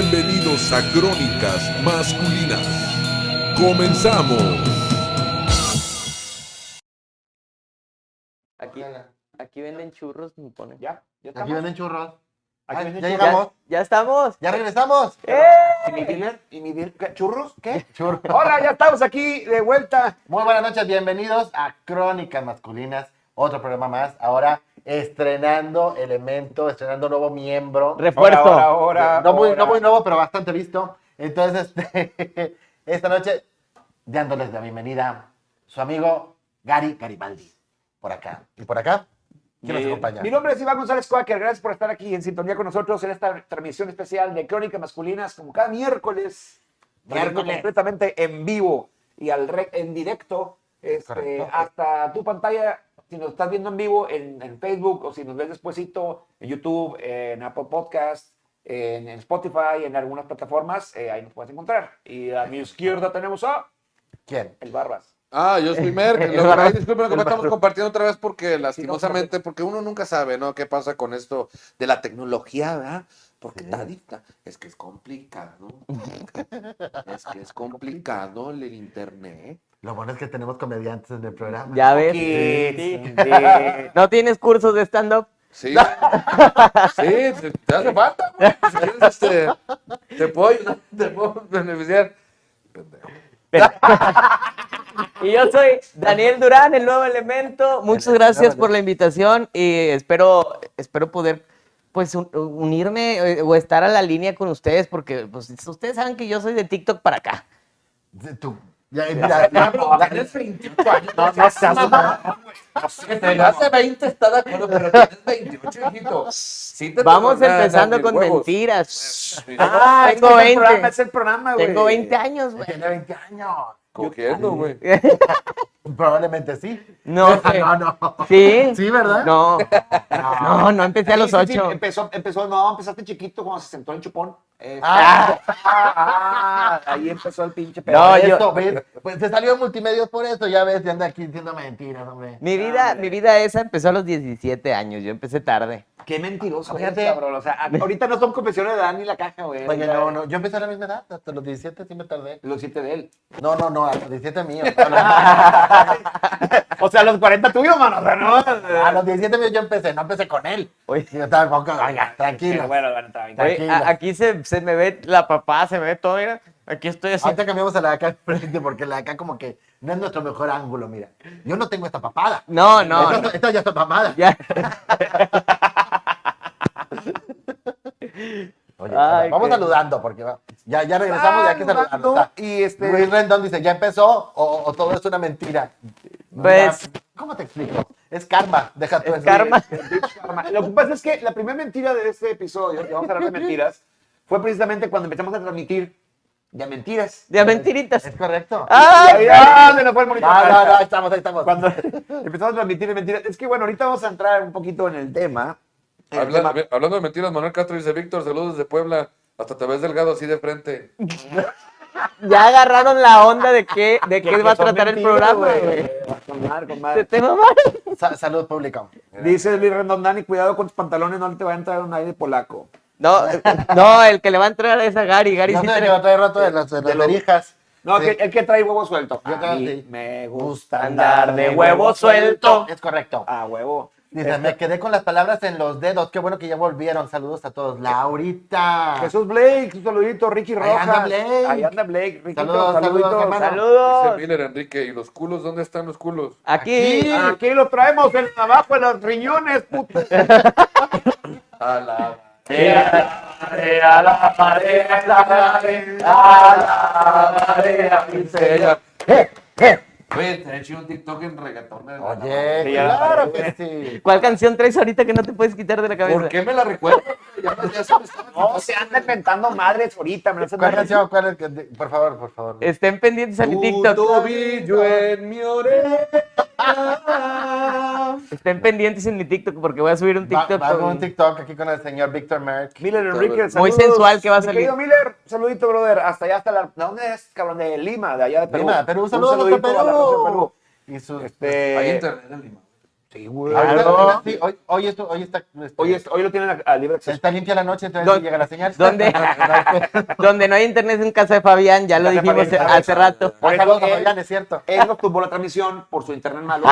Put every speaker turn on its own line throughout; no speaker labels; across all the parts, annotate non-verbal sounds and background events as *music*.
bienvenidos a Crónicas Masculinas. Comenzamos.
Aquí, aquí venden churros nipones.
Ya, ya estamos.
Aquí venden churros.
Aquí
Ah,
venden
ya
churros.
llegamos.
Ya, ya estamos.
Ya regresamos.
¿Y mi dinero? ¿Y mi dinero? ¿Qué? ¿Churros? *laughs* ¿Qué?
Churros.
Hola, ya estamos aquí de vuelta.
Muy buenas noches, bienvenidos a Crónicas Masculinas, otro programa más. Ahora estrenando elemento, estrenando nuevo miembro.
Refuerzo.
Ahora, ahora, ahora,
no, muy,
ahora.
no muy nuevo, pero bastante visto. Entonces, *laughs* este, esta noche, dándoles la bienvenida, su amigo Gary Garibaldi, por acá. ¿Y por acá? ¿Quién nos
Bien.
acompaña?
Mi nombre es Iván González Coaker. Gracias por estar aquí en sintonía con nosotros en esta transmisión especial de Crónicas Masculinas, como cada miércoles.
Miércoles.
Completamente en vivo y al re- en directo este,
Correcto.
hasta tu pantalla. Si nos estás viendo en vivo en, en Facebook o si nos ves despuesito en YouTube, en Apple Podcast, en, en Spotify, en algunas plataformas, eh, ahí nos puedes encontrar. Y a mi izquierda tenemos a
¿Quién?
el Barbas.
Ah, yo soy Merck.
El
Lo-
barro-
ay, disculpen, lo que
el
pasa, estamos
barro.
compartiendo otra vez porque
no,
lastimosamente, porque uno nunca sabe, ¿no? ¿Qué pasa con esto de la tecnología, verdad? Porque está adicta. Es que es complicado. es que es complicado el internet.
Lo bueno es que tenemos comediantes en el programa.
Ya ves.
Sí,
Sí.
sí.
¿No tienes cursos de stand-up?
Sí. sí, te, te hace falta, güey. Si quieres, este, te puedo ayudar, te puedo beneficiar. Pendejo.
Y yo soy Daniel Durán, el nuevo elemento. Muchas gracias por la invitación y espero, espero poder pues un- unirme eh, o estar a la línea con ustedes porque pues ustedes saben que yo soy de TikTok para acá.
Tú. Ya, mira, la-
No,
la-
tienes 28 años.
No, no seas mamá.
Desde hace 20 está de acuerdo, pero tienes 28, hijito. Sí te
Vamos
tengo- nada,
empezando
nada,
con
mis huevos.
mentiras.
Ah,
Tengo
es que es
20.
el programa, Es el programa, güey.
Tengo 20 años,
*laughs*
güey.
Tiene 20 años.
Cogiendo, güey.
Probablemente sí.
No,
*laughs* Ah,
sé.
no, no.
¿Sí?
Sí, ¿verdad?
*laughs*
No,
No.
no, no empecé a los
Sí, sí, sí,
ocho.
empezó, empezó, no, empezaste chiquito cuando se sentó en chupón. Eh,
Ah.
ah, ah, ahí empezó el pinche pedo.
No,
Por
yo-
eso, ¿ves? Pues te salió en multimedios por eso, ya ves, te anda aquí diciendo mentiras, hombre.
Mi vida,
hombre.
mi vida esa empezó a los 17 años, yo empecé tarde.
Qué mentiroso
Fíjate.
eres, cabrón. O sea, a- ahorita no son confesiones de Dan ni la caja, güey.
Oye,
O sea,
no, no, yo empecé a la misma edad, hasta los 17 sí me tardé.
Los siete de él.
No, no, no, hasta los 17 mío.
O sea, los 40 tuyos, mano. O sea, no.
A los 17 míos yo empecé, no empecé con él.
Oye.
Sí, yo estaba un poco, oiga,
Pero
tranquilo.
bueno, bueno, está bien.
Oye,
Tranquila.
a- aquí se, se me ve la papá, se me ve todo, mira, aquí estoy así.
Ahorita cambiamos a la de acá al frente porque la de acá como que no es nuestro mejor ángulo, mira. Yo no tengo esta papada.
No, no,
Esta-
no,
Esta ya está mamada.
ya.
Oye,
Ay,
vamos
qué-
saludando porque va- ya, ya regresamos, ya que
Saludando,
saludando.
y este-
Luis Rendón dice, ¿ya empezó o, o todo es una mentira?
Pues-
Ya, ¿Cómo te explico? Es karma, deja tú
Es
eso. *laughs*
karma.
Lo que pasa es que la primera mentira de este episodio, que vamos a hablar de mentiras, fue precisamente cuando empezamos a transmitir de a mentiras.
De mentiritas.
Es correcto.
¡Ay!
Ay, ah, se nos fue el monitor.
Ah, no, no, ahí estamos, ahí estamos. *laughs*
cuando empezamos a transmitir mentiras. Es que bueno, ahorita vamos a entrar un poquito en el tema. En el
Hablando,
tema.
hab- hablando de mentiras, Manuel Castro dice, Víctor, saludos desde Puebla. Hasta te ves delgado así de frente.
Ya agarraron la onda de qué, de qué va a
son
tratar el
mentiras,
programa,
güey.
güey.
Con madre, con
Se
madre.
te mamaron.
Sa- salud público.
Dice Luis Rendón, Dani, cuidado con tus pantalones, no te va a entrar un aire polaco.
No, eh, no, el que le va a entrar es a Gary, Gary
Yo
sí
sé
trae-
que va a traer rato de las, de las
lo-
verijas.
No,
Sí.
que, el que trae huevo suelto.
Yo
a mí
creo que sí.
me gusta
Gusta
andar de huevo suelto. Ah,
Es correcto.
A huevo. Eh,
Dice, me quedé con las palabras en los dedos. Qué bueno que ya volvieron. Saludos a todos. Laurita.
Jesús Blake, un saludito, Ricky
Ahí
Rojas.
anda Blake.
Ahí anda Blake, Ricky,
Saludos, saludos, hermano.
Dice
Saludos.
Miller Enrique, ¿y los culos? ¿Dónde están los culos?
Aquí.
Aquí.
Aquí lo traemos en abajo en los riñones, puto.
A la... Ella. Oye, te he hecho un TikTok en reggaetón. de la
Oye,
Sí, ya.
claro que sí.
¿Cuál canción traes ahorita que no te puedes quitar de la
madre.
cabeza?
¿Por qué me la recuerdas? Ya, me- ya se me estaba
No, se anda inventando madres ahorita. Me lo hacen Eh,
¿Cuál
ver.
canción? ¿Cuál es? que- Por favor, por favor.
Estén pendientes a mi
Tu
TikTok.
tobillo en mi oreja.
Estén pendientes en mi TikTok porque voy a subir un
Va-
TikTok.
va con
con-
un TikTok aquí con el señor Víctor Merck.
eh. Miller Enrique,
Muy
saludos.
sensual que va a
Mi
salir.
Querido Miller, saludito, brother. Hasta allá, hasta la. ¿De dónde es, cabrón? De Lima, de allá de Perú.
Prima, Perú,
Un
saludos a
saludito
Perú.
a la raza de Perú.
Y su-
Este,
Hay internet en Lima.
Sí, güey.
Ahorita-
Ahorita-
ahorita sí, hoy, hoy esto- hoy está, este,
Hoy, es- hoy lo tienen a, a libre acceso.
está limpia la noche, entonces
¿Dónde-
sí llega la señal. *laughs*
¿Dónde? Donde no hay internet en casa de Fabián, ya lo
Casa de
dijimos
Fabián,
hace rato.
Ah,
Por
saludos
eso
a
él-
Fabián, es cierto.
Él nos tumbó la transmisión por su internet malo.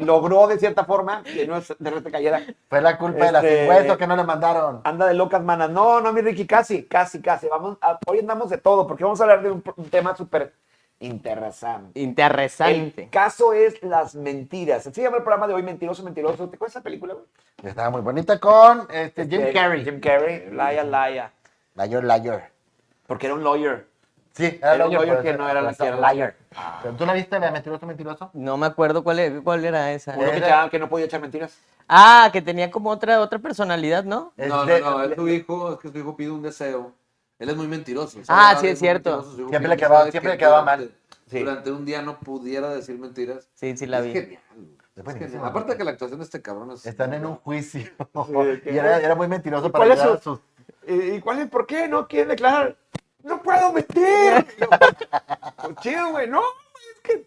Logró, de cierta forma, que no se- de repente cayera.
Fue la culpa de las
Este-
encuestas que no le mandaron.
Anda de locas, manas. No, no, mi Ricky, casi, casi, casi. Vamos, a- hoy andamos de todo, porque vamos a hablar de un, un tema súper interesante. El
Interesante.
caso es las mentiras. Así se llama el programa de hoy, Mentiroso, Mentiroso. ¿Te acuerdas de esa película, güey?
Estaba muy bonita con este, Jim
Este,
Carrey.
Jim Carrey, Laia, Laia.
Liar, liar.
Porque era un lawyer.
Sí,
Era un lawyer
pero-
que no era la
pero-
que era liar.
Pero tú la viste, la mentiroso, mentiroso.
No me acuerdo cuál, e- cuál era esa.
Uno que,
Era-
echaba- que no podía echar mentiras.
Ah, que tenía como otra, otra personalidad, ¿no?
No,
Este,
no, no, es tu hijo, es que su hijo pide un deseo. Él es muy mentiroso.
Ah,
¿sabes?
sí, es
muy
cierto.
mentiroso, su hijo pide
Siempre le
un
quedaba-
deseo
siempre
que
le quedaba
durante-
mal.
Sí.
Durante un día no pudiera decir mentiras.
Sí, sí la
Es
vi.
genial.
Es
Es
buenísimo.
genial. Aparte que la actuación de este cabrón es...
Están en un juicio. *laughs*
¿de qué?
y era, era muy mentiroso
¿Y
para
cuál es
ayudar a
su-
sus...
¿Y y cuál es? ¿Por qué no quiere declarar? ¡No puedo *laughs* mentir! Y yo, pues, chido, güey. No, es que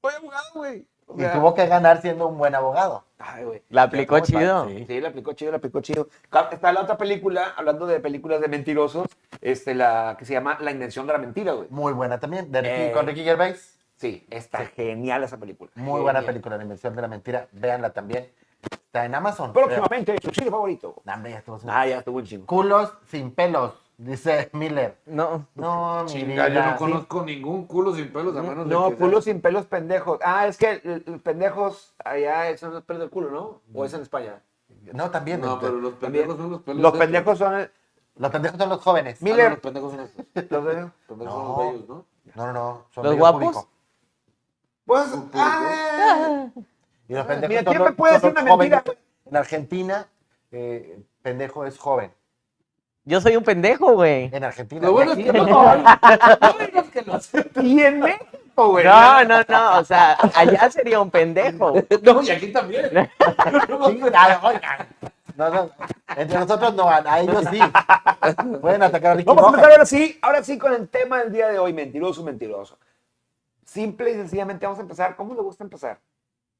soy abogado, güey. O
Y
sea,
tuvo que ganar siendo un buen abogado.
Ay, güey.
La aplicó
¿Cómo está?
chido.
Sí.
Sí, la aplicó chido, la aplicó chido. Ca- Está la otra película, hablando de películas de mentirosos, este, la que se llama La Invención de la Mentira, güey.
Muy buena también. de Ricky-
Eh.
Con Ricky Gervais.
Sí, está genial esa película.
Muy buena
Genial.
película, La Invención de la Mentira. Véanla también. Está en Amazon.
Próximamente, su cine favorito.
creo. No, hombre, ya estuvo sin-
Ah, ya estuvo un chingo.
Culos sin pelos, dice Miller.
No.
No, mi
Chinga, yo
vida.
no conozco ningún culo sin pelos, a menos de
No,
que sea-
culo sin pelos pendejos. Ah, es que eh, eh, pendejos allá son los pelos del culo, ¿no? ¿O es en España?
No, también.
No,
este,
pero los
También.
pendejos son los pelos.
Los
estos.
pendejos son... el-
Los pendejos son los jóvenes.
Ah,
Mi-
no,
Miller.
los pendejos son estos.
los de-
Los pendejos
No.
son los bellos, ¿no?
No, no, no. son
¿Los
bello
guapos?
público.
Pues,
Un pulpo.
ah,
Y los pendejos
Mira,
son
¿quién me
los-
puede
son
decir
los
una mentira,
jóvenes. En Argentina, eh, pendejo es joven.
Yo soy un pendejo, güey.
En Argentina.
Lo bueno es
y
que
aquí-
no lo Lo bueno es que lo
y en México, güey.
No, no, no. O sea, allá sería un pendejo.
No, y aquí también.
Chingada, oigan. No, no, entre nosotros no van, a ellos sí. Pueden atacar a Ricky
Vamos a
Rojas.
empezar ahora sí, ahora sí con el tema del día de hoy, mentiroso, mentiroso. Simple y sencillamente vamos a empezar. ¿Cómo le gusta empezar?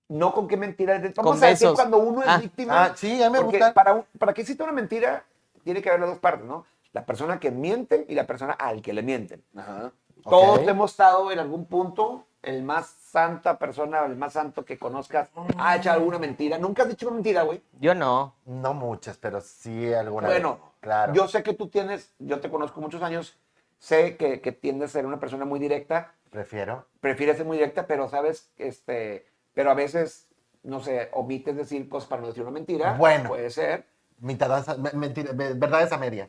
No con qué mentira. Vamos
Con
a decir
besos.
cuando uno es
Ah,
víctima.
Ah, sí, a mí me
Porque
gustan.
para, un- para que exista una mentira, tiene que haber las dos partes, ¿no? La persona que miente y la persona al que le mienten.
Ajá.
Todos
Ok.
hemos estado en algún punto, el más santa persona, el más santo que conozcas, ha hecho alguna mentira. Nunca has dicho una mentira, güey.
Yo no.
No muchas, pero sí algunas.
Bueno,
claro.
Yo sé que tú tienes, yo te conozco muchos años, sé que, que tiendes a ser una persona muy directa,
prefiero.
prefieres ser muy directa, pero sabes, este, pero a veces, no sé, omites decir cosas para no decir una mentira.
Bueno.
Puede ser.
Mitad, me- mentira, ve- verdades a medias.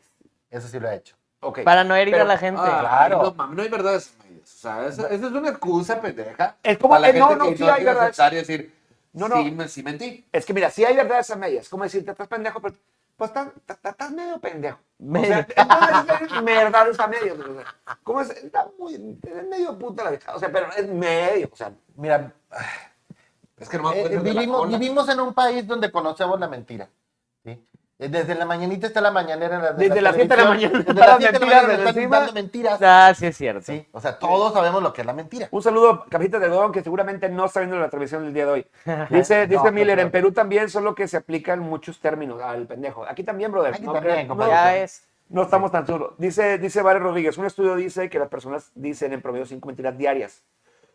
Eso sí lo he hecho.
Ok.
Para no herir
Pero-
a la gente.
Ah,
claro.
No, mami, no hay verdades medias. O sea, esa, esa es una excusa pendeja.
Es como
para la
que no,
gente
no,
que
sí hay
quiere
verdades.
aceptar y decir,
No,
no,
no.
no. Sí, me- sí mentí.
Es que mira, si hay verdades a medias, como decirte, estás pendejo, pero pues estás, estás- estás medio pendejo. O sea,
Medio.
entonces, es verdades a medias. o sea, ¿Cómo es? Está muy, es medio puta la vieja. O sea, pero es medio. O sea,
Mira,
Es que no me
Eh,
pues,
acuerdo
eh,
de la
vivimos,
cola.
vivimos en un país donde conocemos la mentira. ¿sí? Eh, Desde la mañanita está la mañanera. en la- de
Desde las siete de la
televisión,
mañana
Desde las
están
7 de la
mentiras
mañana
desde
están
encima.
dando mentiras.
Ah, sí es cierto.
¿sí? O sea, todos sabemos lo que es la mentira.
Un saludo, Capita de Algodón, que seguramente no está viendo la transmisión del día de hoy.
No,
Dice, dice
pero-
Miller, en Perú también, solo que se aplican muchos términos al pendejo. Aquí también, brother.
Aquí
no,
también,
creas- no,
compadre.
Ya es.
no estamos tan seguros. Dice, dice Vale Rodríguez, un estudio dice que las personas dicen en promedio cinco mentiras diarias.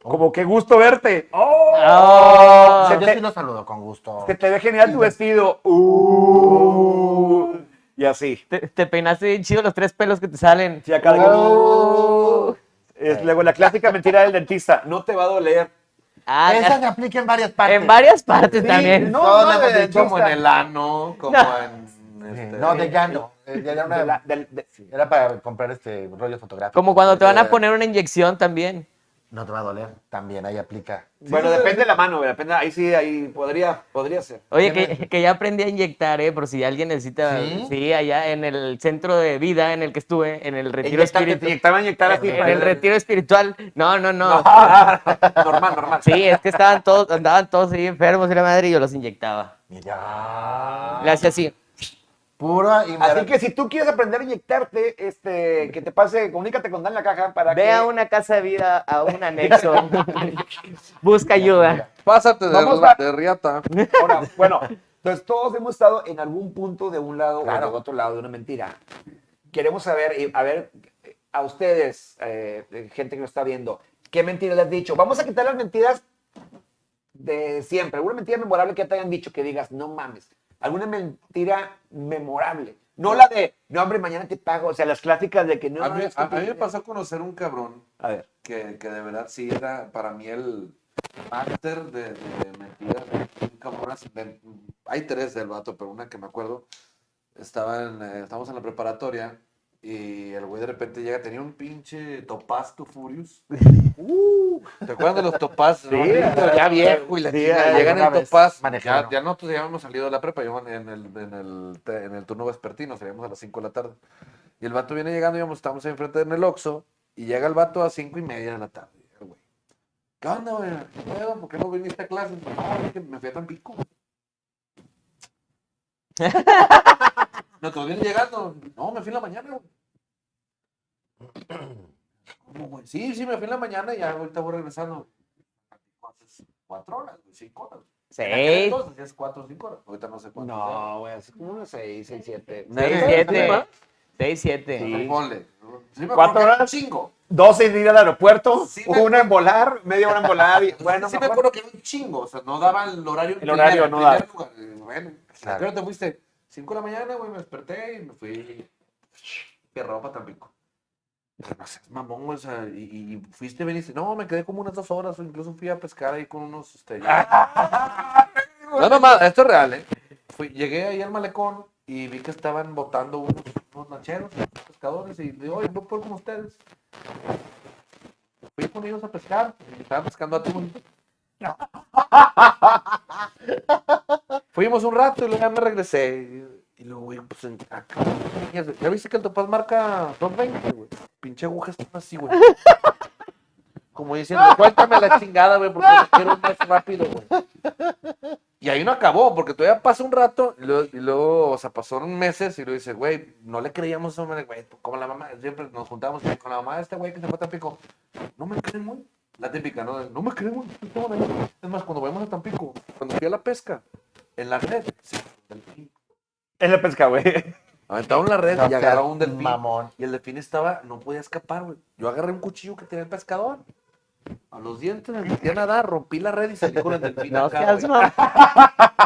Como, qué gusto verte. ¡Oh!
O sea,
Oh,
yo
te-
sí lo saludo con gusto.
Que te ve genial tu vestido. ¡Uh! Y así.
te, te peinaste bien chido los tres pelos que te salen.
Si acá Uh.
Oh.
Es luego la clásica mentira del dentista. No te va a doler.
Ah,
Esa se aplica en varias partes.
en varias partes
Sí,
también.
no,
Todos
no,
hemos
de-
dicho,
Como en el ano, como
No.
en...
Sí,
este,
no, de llano. Eh, ya Era, una-
de la- del- de-
era para comprar este rollo fotográfico.
Como cuando te van a
Eh.
poner una inyección también.
No te va a doler. También ahí aplica.
Bueno, depende de la mano, güey, depende, ahí sí, ahí podría, podría ser.
Oye,
Tiene-
que, que ya aprendí a inyectar, ¿eh? Por si alguien necesita.
¿Sí?
¿Sí? allá en el centro de vida en el que estuve, en el retiro
Inyectar, que te
espiritual.
inyectaban, inyectar así.
En
para-
el retiro espiritual. No, no, no.
normal, normal.
Sí, es que estaban todos, andaban todos ahí enfermos y la madre y yo los inyectaba.
Y ya.
Le hacía así.
Pura y
Así
marav-
que si tú quieres aprender a inyectarte, este, que te pase, comunícate con Dan la caja para
Ve
que
a una casa de vida, a un anexo. *laughs* Busca ayuda.
Pásate de,
Vamos a-
de riata. *laughs*
Ahora, bueno, entonces todos hemos estado en algún punto de un lado
Claro.
o de otro lado de una mentira. Queremos saber, y a ver, eh, a ustedes, eh, gente que nos está viendo, ¿qué mentiras les has dicho? Vamos a quitar las mentiras de siempre. ¿Alguna mentira memorable que te hayan dicho que digas, no mames? ¿Alguna mentira memorable? No la de, no, hombre, mañana te pago. O sea, las clásicas de que no.
a, mí,
es que
a- a mí
te-
me pasó a conocer un cabrón
A ver.
que, que de verdad sí era para mí el máster de, de mentiras. Un cabrón así de- hay tres del vato, pero una que me acuerdo. Estaba en, eh, estábamos en la preparatoria y el güey de repente llega, tenía un pinche Topaz to *laughs* Furious. Uh, ¿Te acuerdas de los Topaz? Sí, ya viejo y la
Sí,
chingada.
alguna
Llegan en
vez
Topaz. Ya,
manejaron.
ya nosotros ya habíamos salido de la prepa, yo en el, en el, te- en el turno vespertino, salíamos a las 5 de la tarde. Y el vato viene llegando, digamos, estamos ahí enfrente en el Oxxo, y llega el vato a cinco y media de la tarde. Llega el güey. ¿Qué onda, güey? ¿Qué pedo? ¿Por qué no viniste a clases? No, es que me fui a Tampico. *laughs* no, te vienes llegando. No, me fui en la mañana, güey. ¿Cómo, güey? Sí, sí, me fui en la mañana y ya ahorita voy regresando. Haces cuatro horas, güey, cinco horas. En aquel
Seis,
Entonces, es cuatro o cinco horas. Ahorita no sé cuánto.
No, güey, así como unos 6, 6, 7.
seis, siete. Seis, siete.
Sí. Ponle. Sí me
¿Cuatro
acuerdo que-
horas?
Cinco.
12 en ir al aeropuerto,
Sí, me-
una en volar, media hora en volar.
*laughs*
y- bueno,
Bueno, sí me acuerdo que era un chingo, o sea, no daba el horario.
El horario no daba.
daba. Bueno,
Claro.
¿a qué hora te fuiste? Cinco de la mañana, güey, me desperté y me fui de ropa Tampico. Pero No seas mamón, güey, o sea, y, y fuiste, veniste. No, me quedé como unas dos horas, o incluso fui a pescar ahí con unos.
*laughs*
Este, no, no, ma, esto es real, ¿eh? Fui- llegué ahí al malecón y vi que estaban botando unos, unos nacheros, unos pescadores, y digo, oye, voy por como ustedes. Fui con ellos a pescar, y estaban pescando atún. Fuimos un rato y luego ya me regresé. Y luego, güey, pues en- acá. Ya viste que el topaz marca 220, güey. Pinche aguja está así, güey. Como diciendo, cuéntame la chingada, güey, porque lo quiero más rápido, güey. Y ahí no acabó, porque todavía pasa un rato y luego, y luego, o sea, pasaron meses y luego dice, güey, no le creíamos a ese hombre, güey, como la mamá, siempre nos juntábamos con la mamá de este güey que se fue a Tampico. No me creen, güey. La típica, ¿no? No me creen, güey. no tengo nada". Es más, cuando vamos a Tampico, cuando fui a la pesca, en la red. Sí, delfín.
en la pesca, güey.
Aventaron la red
No
y
seas
agarraron un delfín.
mamón.
Y el delfín estaba, no podía escapar, güey. Yo agarré un cuchillo que tenía el pescador. A los dientes me metí a nadar, rompí la red y salí con el
*laughs*
delfín.
No
acá,
seas
güey.
mamón.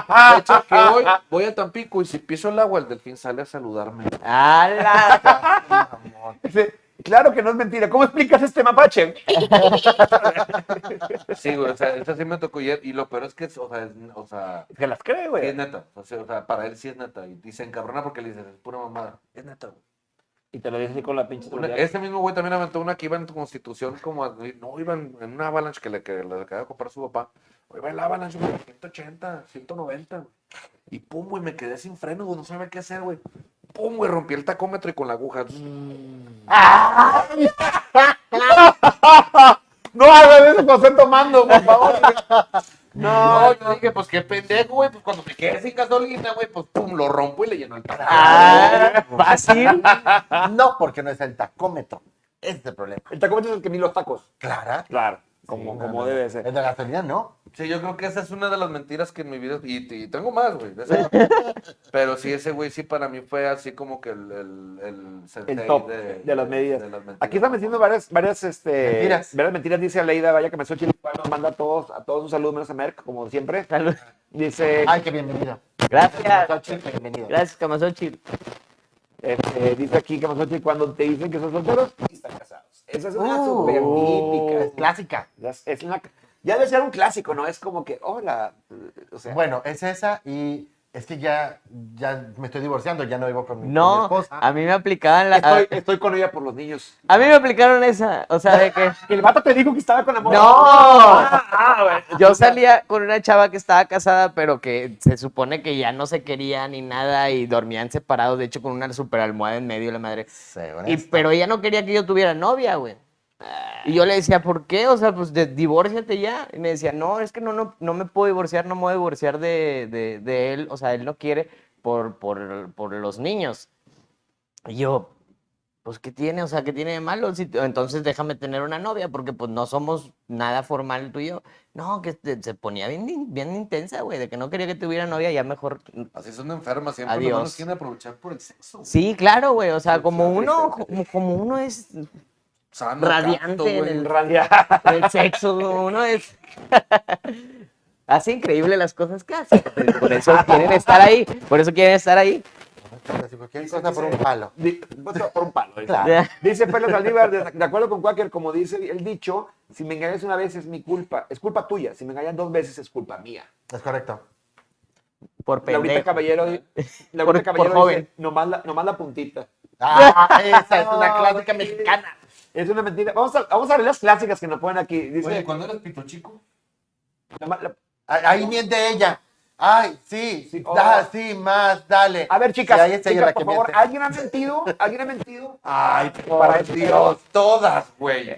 De hecho, que hoy voy a Tampico y si piso el agua, el delfín sale a saludarme.
¡Hala!
Mamón.
Dice, claro que no es mentira. ¿Cómo explicas este mapache?
Sí, güey, o sea, eso sí me tocó. Y, y lo peor es que, o sea, es- o sea,
Se las cree,
Sí es
güey.
neta. O sea, o sea, para él sí es neta. Y dice encabrona porque le dicen, es pura mamada. Es neta, güey.
Y te lo dice así con la pinche
Una-
seguridad.
ese mismo güey también aventó una que iba en tu constitución, como a- no, iban en una avalanche que le, que le acaba de comprar su papá. Iba el avalanche, güey, 180, 190, güey. Y pum, güey, me quedé sin freno, güey, no sabía qué hacer, güey. Pum, güey, rompí el tacómetro y con la aguja.
No, güey, eso lo estoy tomando, por favor.
No, yo dije, pues qué pendejo, güey, pues cuando me quedé sin gasolina, güey, pues pum, lo rompo y le llenó el tacómetro.
¡Ah! ¡Fácil!
No, porque no es el tacómetro. Ese es el problema.
El taco es el que mide los tacos.
Clara.
Claro, como,
Sí, no,
como
no.
debe
El
ser.
de gasolina, no.
Sí, yo creo que esa es una de las mentiras que en mi vida. Y, y tengo más, güey. de esa. *laughs* Pero sí, ese güey sí para mí fue así como que el. El, el, sensei
El top de las medidas.
de las mentiras.
Aquí están metiendo varias, varias, este,
Mentiras.
varias mentiras, dice Aleida, vaya que me soy chile, nos manda a todos, a todos un saludo, menos a Merck, como siempre.
Salud.
Dice,
Ay, qué bienvenido.
Gracias.
Bienvenido.
Gracias, Camasochi.
este, dice aquí que nosotros cuando te dicen que son solteros, están casados. Esa es una
Uh,
super típica.
es clásica.
Es, es una- ya debe ser un clásico, ¿no? Es como que, hola, eh, o sea,
Bueno, es esa y es que ya, ya me estoy divorciando, ya no vivo con mi, con mi
No,
esposa.
a mí me aplicaban la.
estoy, estoy con ella por los niños.
A mí me aplicaron esa. O sea, de
*laughs*
que.
El vato te dijo que estaba con amor.
¡No!
Ah, ah, bueno.
Yo salía con una chava que estaba casada, pero que se supone que ya no se quería ni nada y dormían separados, de hecho, con una super almohada en medio de la madre.
Según
Y,
esto.
pero ella no quería que yo tuviera novia, güey. Y yo le decía, ¿por qué? O sea, pues de- divórciate ya. Y me decía, no, es que no, no, no me puedo divorciar, no me voy a divorciar de, de- de él. O sea, él no quiere. por, por, por los niños. Y yo, pues, ¿qué tiene? O sea, ¿qué tiene de malo? Si- entonces déjame tener una novia, porque pues no somos nada formal tú y yo. No, que este, se ponía bien, in- bien intensa, güey, de que no quería que tuviera novia, ya mejor.
Así son enfermas, siempre los
Adiós.
humanos quieren aprovechar por el sexo.
Sí, claro, güey, o sea, como uno, como, como uno es
Sano,
radiante
casto,
en
güey.
el-
realidad. *laughs*
del sexo, uno es... Hace increíble las cosas que hace. Por
*laughs*
eso quieren estar ahí. Por eso quieren estar ahí.
Así, Cualquier cosa por un palo.
Di- puesto por un palo. dice.
Claro.
Dice Pedro Saldívar, de, de acuerdo con Quaker, como dice el dicho, si me engañas una vez es mi culpa, es culpa tuya, si me engañas dos veces es culpa mía.
Es correcto.
Por
Laurita
pendejo.
Caballero, di- Laurita
Por- por
Caballero
joven.
dice, nomás la, nomás la puntita.
*laughs*
Ah, esa es una clásica mexicana.
Es una mentira. Vamos a, vamos a ver las clásicas que nos ponen aquí. Dice,
Oye, cuando eras pito chico,
nomás la-
Ahí- Ahí miente ella. Ay, sí,
Sí,
da,
oh.
sí, más, dale.
a ver, chicas,
Sí, ahí está ella
chicas,
la que
por favor,
miente.
¿alguien ha mentido? ¿Alguien ha *laughs* mentido?
ay, por
Para
Dios,
el Dios.
todas, güey.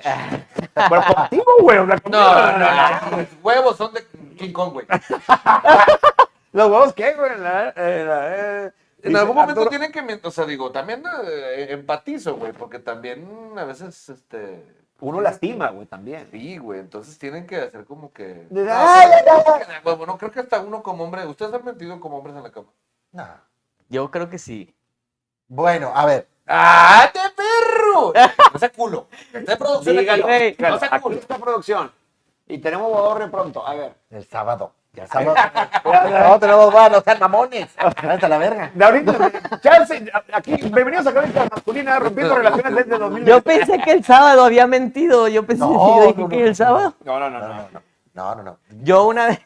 Pero contigo, güey. o sea, conmigo,
No, no, no, Los huevos son de King Kong,
*laughs*
güey.
¿Los huevos qué, güey? La- eh, la- eh.
En
Dice
algún momento
Arturo-
tienen que, men- o sea, digo, también eh, empatizo, güey, porque también a veces, este,
Uno lastima, güey, también.
sí, güey, entonces tienen que hacer como que...
De-
No,
¡Ay, ay, ay, ay!
Bueno, bueno, creo que hasta uno como hombre, ustedes han mentido como hombres en la cama.
No.
Yo creo que sí.
Bueno, a ver.
¡Ah, te
*laughs*
perro! No sea culo. Está en producción aquí.
Dígalo,
Ey,
dígalo.
no sea
Aquí
culo.
está producción. Y tenemos bodorre pronto. A ver.
El sábado. El sábado. no tenemos bar, no sean mamones. Váyanse a la verga.
De ahorita, chance, aquí, bienvenidos a Crónica Masculina, rompiendo relaciones desde 2000.
Yo pensé que el sábado había mentido. Yo pensé
No,
yo dije
no,
que
no, no.
el sábado.
No, no, no,
No,
no.
no, no. No, no, no.
Yo una vez.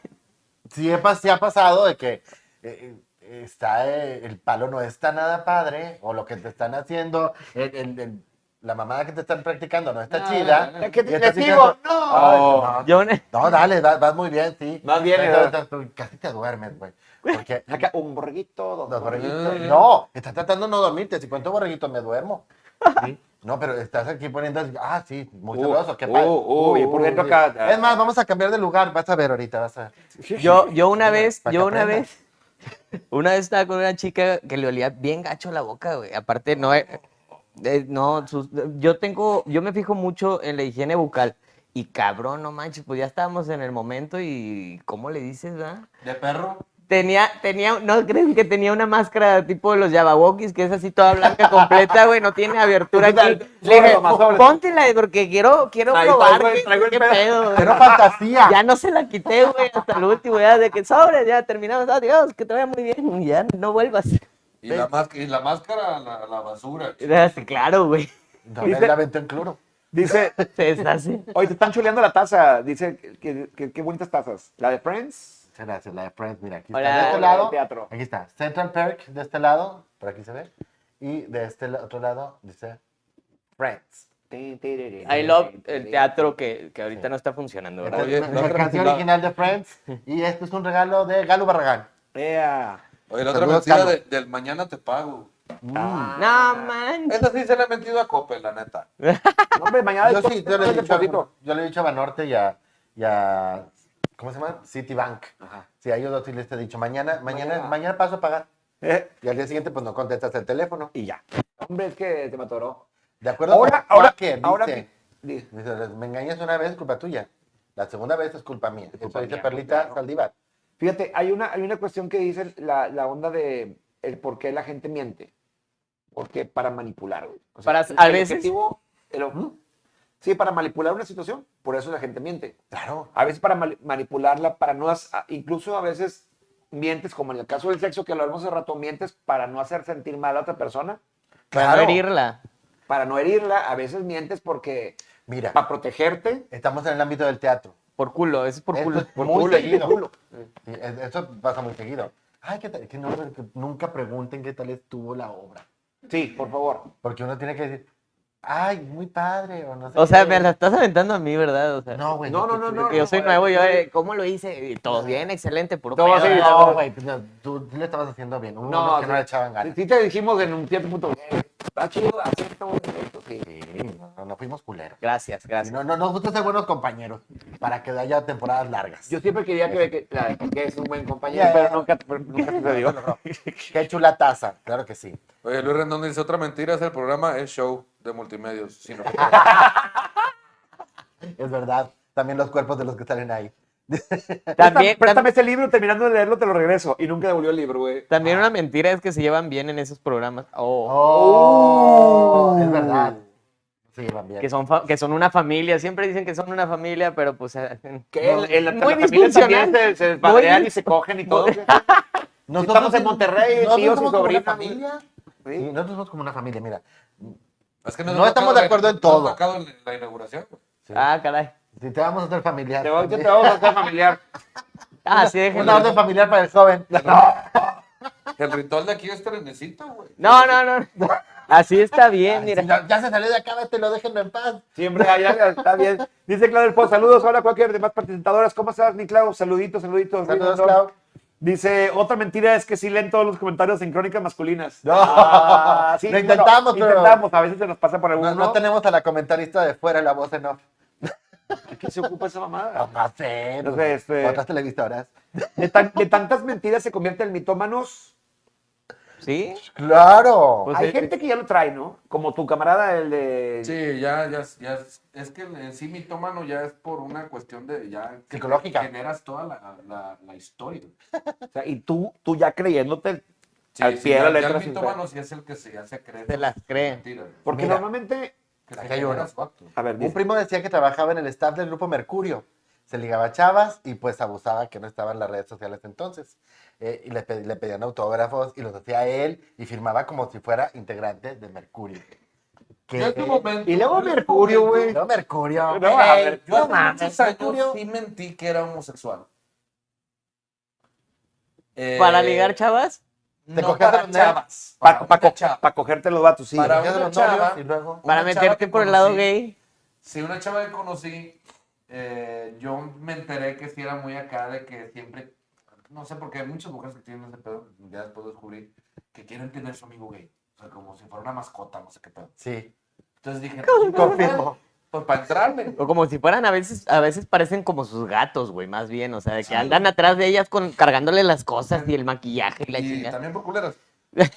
Sí, he pas- sí ha pasado de que eh, eh, está eh, el palo no está nada padre, o lo que te están haciendo, el- el- el- la mamada que te están practicando no está
No,
chida.
no, no.
Es que
Y estás
les digo,
diciendo, "Ay,
no.
no,
Yo una-
No, dale, va- vas, muy bien, sí.
Vas bien,
Entonces,
¿verdad?
tú Casi te duermes, güey.
*laughs*
Porque
Acá, un borreguito, dos
los
borreguitos.
borreguitos.
Eh.
No, estás tratando de no dormirte. Si cuento borreguito, me duermo. Sí. No, pero estás aquí poniendo. así, Ah, sí, muy
Uh,
sabroso. Qué
uh,
padre.
uh, y por dentro acá-
Es más, vamos a cambiar de lugar. Vas a ver ahorita, vas a ver.
Yo, yo una vez,
para que
yo una
aprenda.
vez, una vez estaba con una chica que le olía bien gacho la boca, güey. Aparte, no, eh, eh, no, sus- yo tengo, yo me fijo mucho en la higiene bucal. Y cabrón, no manches, pues ya estábamos en el momento y, ¿cómo le dices, verdad?
De perro.
Tenía, tenía, ¿no creen que tenía una máscara tipo de los Yabawokis, que es así toda blanca completa, güey, no tiene
*laughs*
abertura aquí? Le dije,
Zorro, más zorro.
póntela, porque quiero, quiero
Ahí está,
probar
güey,
qué,
traigo el
qué
pedo.
pedo, güey.
*laughs* Pero fantasía.
Ya no se la quité, güey, hasta el último, ya de que sobres, ya terminamos, adiós, que te vaya muy bien, ya no vuelvas.
Y la, más, y la máscara a la, a la basura.
Era así, claro, *laughs* güey,
No, él la aventó en cloro.
Dice,
se deshace.
oye, te están chuleando la taza. Dice, que- que que- qué bonitas tazas. La de Friends.
Gracias, la de Friends, mira, aquí
Hola.
está. De este
Hola,
lado,
el teatro.
aquí está, Central Perk, de este lado, por aquí se ve, y de este la- otro lado dice Friends.
I
I
love el teatro que, que ahorita no está funcionando,
La,
¿verdad?
Oye,
la
la otra
canción
mentira.
original de Friends, y esto es un regalo de Galo Barragán.
Oye, la otra
Saludos,
mentira
Carlos.
de- del mañana te pago.
Mm.
Ah.
No manches.
Esa sí se la he mentido a Cope, la neta.
No, hombre, mañana
Yo
después-
sí, yo le he
después
dicho,
del
a-
chorrito.
yo le he dicho a Banorte y a, y a- ¿cómo se llama? Citibank.
Ajá.
Sí, a ellos dos sí les he dicho, mañana, mañana,
Mañana.
mañana, paso a pagar.
Eh,
Y al día siguiente, pues no contestas el teléfono.
Y ya. Hombre, es que te me atoró.
¿De acuerdo?
Ahora,
con
ahora,
Quaker,
ahora.
dice,
di-
Dice, me engañas una vez, culpa tuya. La segunda vez es culpa mía. Eso
culpa
dice
mía,
Perlita
claro.
Saldívar.
Fíjate, hay una, hay una cuestión que dice la, la onda de el por qué la gente miente. Porque para manipular, güey. O
Para-
el-
a
el
veces-
objetivo, el ob- ¿Mm? sí, para manipular una situación. Por eso la gente miente.
Claro.
A veces para mal- manipularla, para no... as- a- Incluso a veces mientes, como en el caso del sexo que hablamos hace rato, mientes para no hacer sentir mal a otra persona,
Para no
Claro.
herirla.
para no herirla. A veces mientes porque...
Mira,
Para protegerte.
estamos en el ámbito del teatro.
Por culo, eso es por
Esto
culo.
es muy seguido. Sí, es- eso pasa muy seguido. Ay, ¿qué tal? Que, no, que nunca pregunten qué tal estuvo la obra.
Sí, por favor.
Porque uno tiene que decir, ay, muy padre. O, no sé
O sea,
qué.
me la estás aventando a mí, ¿verdad? O sea,
No, güey.
No, no, no,
te-
no.
que yo soy
eh,
nuevo, yo, eh, ¿cómo lo hice? Y Todo bien, excelente, puro
Todo
pedo,
así,
¿verdad?
no,
No, güey. pues, no, tú le estabas haciendo bien. Hubo
No,
unos que no
sí.
le echaban ganas.
Sí te dijimos en un cierto punto, eh, Está chido, acepto, güey, acepto, sí.
Sí, no, no fuimos culeros.
Gracias,
Sí,
gracias.
No, no, nos gusta ser buenos compañeros para que haya temporadas largas.
Yo siempre quería creer que, la- que es un buen compañero,
Ya, ya,
pero
ya.
nunca, pero nunca sucedió. *laughs*
Qué chula taza, claro que sí.
Oye, Luis Rendón dice, otra mentira es el programa, es show de multimedios.
*laughs*
Si no,
Es verdad. También los cuerpos de los que salen ahí.
También,
Préstame- préstame ese libro, terminando de leerlo, te lo regreso. Y nunca devolvió el libro, güey.
También una mentira es que se llevan bien en esos programas. Oh,
Oh, es verdad. Sí, van bien.
Que, son fa- que son una familia. Siempre dicen que son una familia, pero pues... eh, *laughs*
Que en- en la,
Muy
en la familia también
disfuncional.
se, se desmadrean
Muy
y se cogen y todo.
muy-
güey.
Nosotros
estamos en Monterrey,
nosotros
tíos y
somos como una
sobrinos.
familia. Sí,
Sí.
nosotros somos como una familia, mira.
es que nos
No
ha
estamos
tocado
de acuerdo
la-
en
nos ha
todo.
tocado la- la inauguración. güey.
Sí.
Ah, caray.
Si te vamos a hacer familiar.
Te vamos, te vamos a hacer familiar.
Ah, sí, déjenlo.
Una orden familiar para el joven.
El ritual de aquí es trenecito, güey.
No, no, no. *laughs* Así está
Ah,
bien,
Ay, si
mira.
no, ya se salió de acá, lo déjenlo en paz.
Siempre allá está bien. Dice Clau del Pozo, saludos, hola a cualquier demás participadoras. ¿Cómo estás, mi Clau? Saluditos, saluditos.
Saludos,
Ruido,
Clau.
Dice, otra mentira es que sí leen todos los comentarios en Crónicas Masculinas.
No.
Ah,
Lo intentamos,
bueno,
pero-
Intentamos, a veces se nos pasa por
No,
alguno.
no tenemos a la comentarista de fuera, la voz en off.
¿Qué se ocupa esa mamada?
No, no sé. no
Ah, No
sé.
sé, este-
Otras televisoras.
De, tan- de tantas mentiras se convierte en mitómanos.
Sí.
Claro.
Pues,
Hay
eh,
gente que ya lo trae, ¿no? Como tu camarada, el de...
Sí, ya, ya, ya. es- Es que en sí mitómano ya es por una cuestión de ya... que
Psicológica.
Generas toda la, la, la historia.
O sea, y tú, tú ya creyéndote
Sí,
al
sí,
pie de
ya,
la
ya
letra.
el
sin
mitómano sí es el que se ya se cree.
Se las cree.
Mentira, güey.
Porque
Mira.
normalmente...
Que se
Acá hay
genera
uno.
su acto.
A ver,
Un
dice,
primo decía que trabajaba en el staff del grupo Mercurio. Se ligaba chavas y pues abusaba que no estaba en las redes sociales entonces. Eh, y le, pe- le pedían autógrafos y los hacía él y firmaba como si fuera integrante de Mercurio. Que-
Yo en tu momento-
y luego
yo en tu
Mercurio,
momento-
güey.
No, Mercurio.
No, a
Ey,
ver,
Yo hace
mames,
muchos años
Mercurio.
sí mentí que era homosexual. Eh,
Para ligar chavas.
Te
no
cogías a
para
los nerds.
chavas.
Para
Para una
pa,
chava.
pa cogerte los vatos, sí.
Para
Ya de
una
los novios
chava.
y luego-
Para
una chava
meterte
que
por el lado
conocí.
gay.
Sí, una chava que conocí, eh, yo me enteré que sí era muy acá de que siempre, no sé porque hay muchas mujeres que tienen ese pedo, ya después descubrí, que quieren tener su amigo gay. O sea, como si fuera una mascota, no sé qué pedo.
Sí,
Entonces
*laughs*
dije,
confirmo.
pues para entrarme.
O como si fueran a veces, a veces parecen como sus gatos, güey, más bien. O sea, de que andan atrás de ellas con, cargándole las cosas y el maquillaje y *laughs* la
y
chingada.
también
*laughs*
por culeras.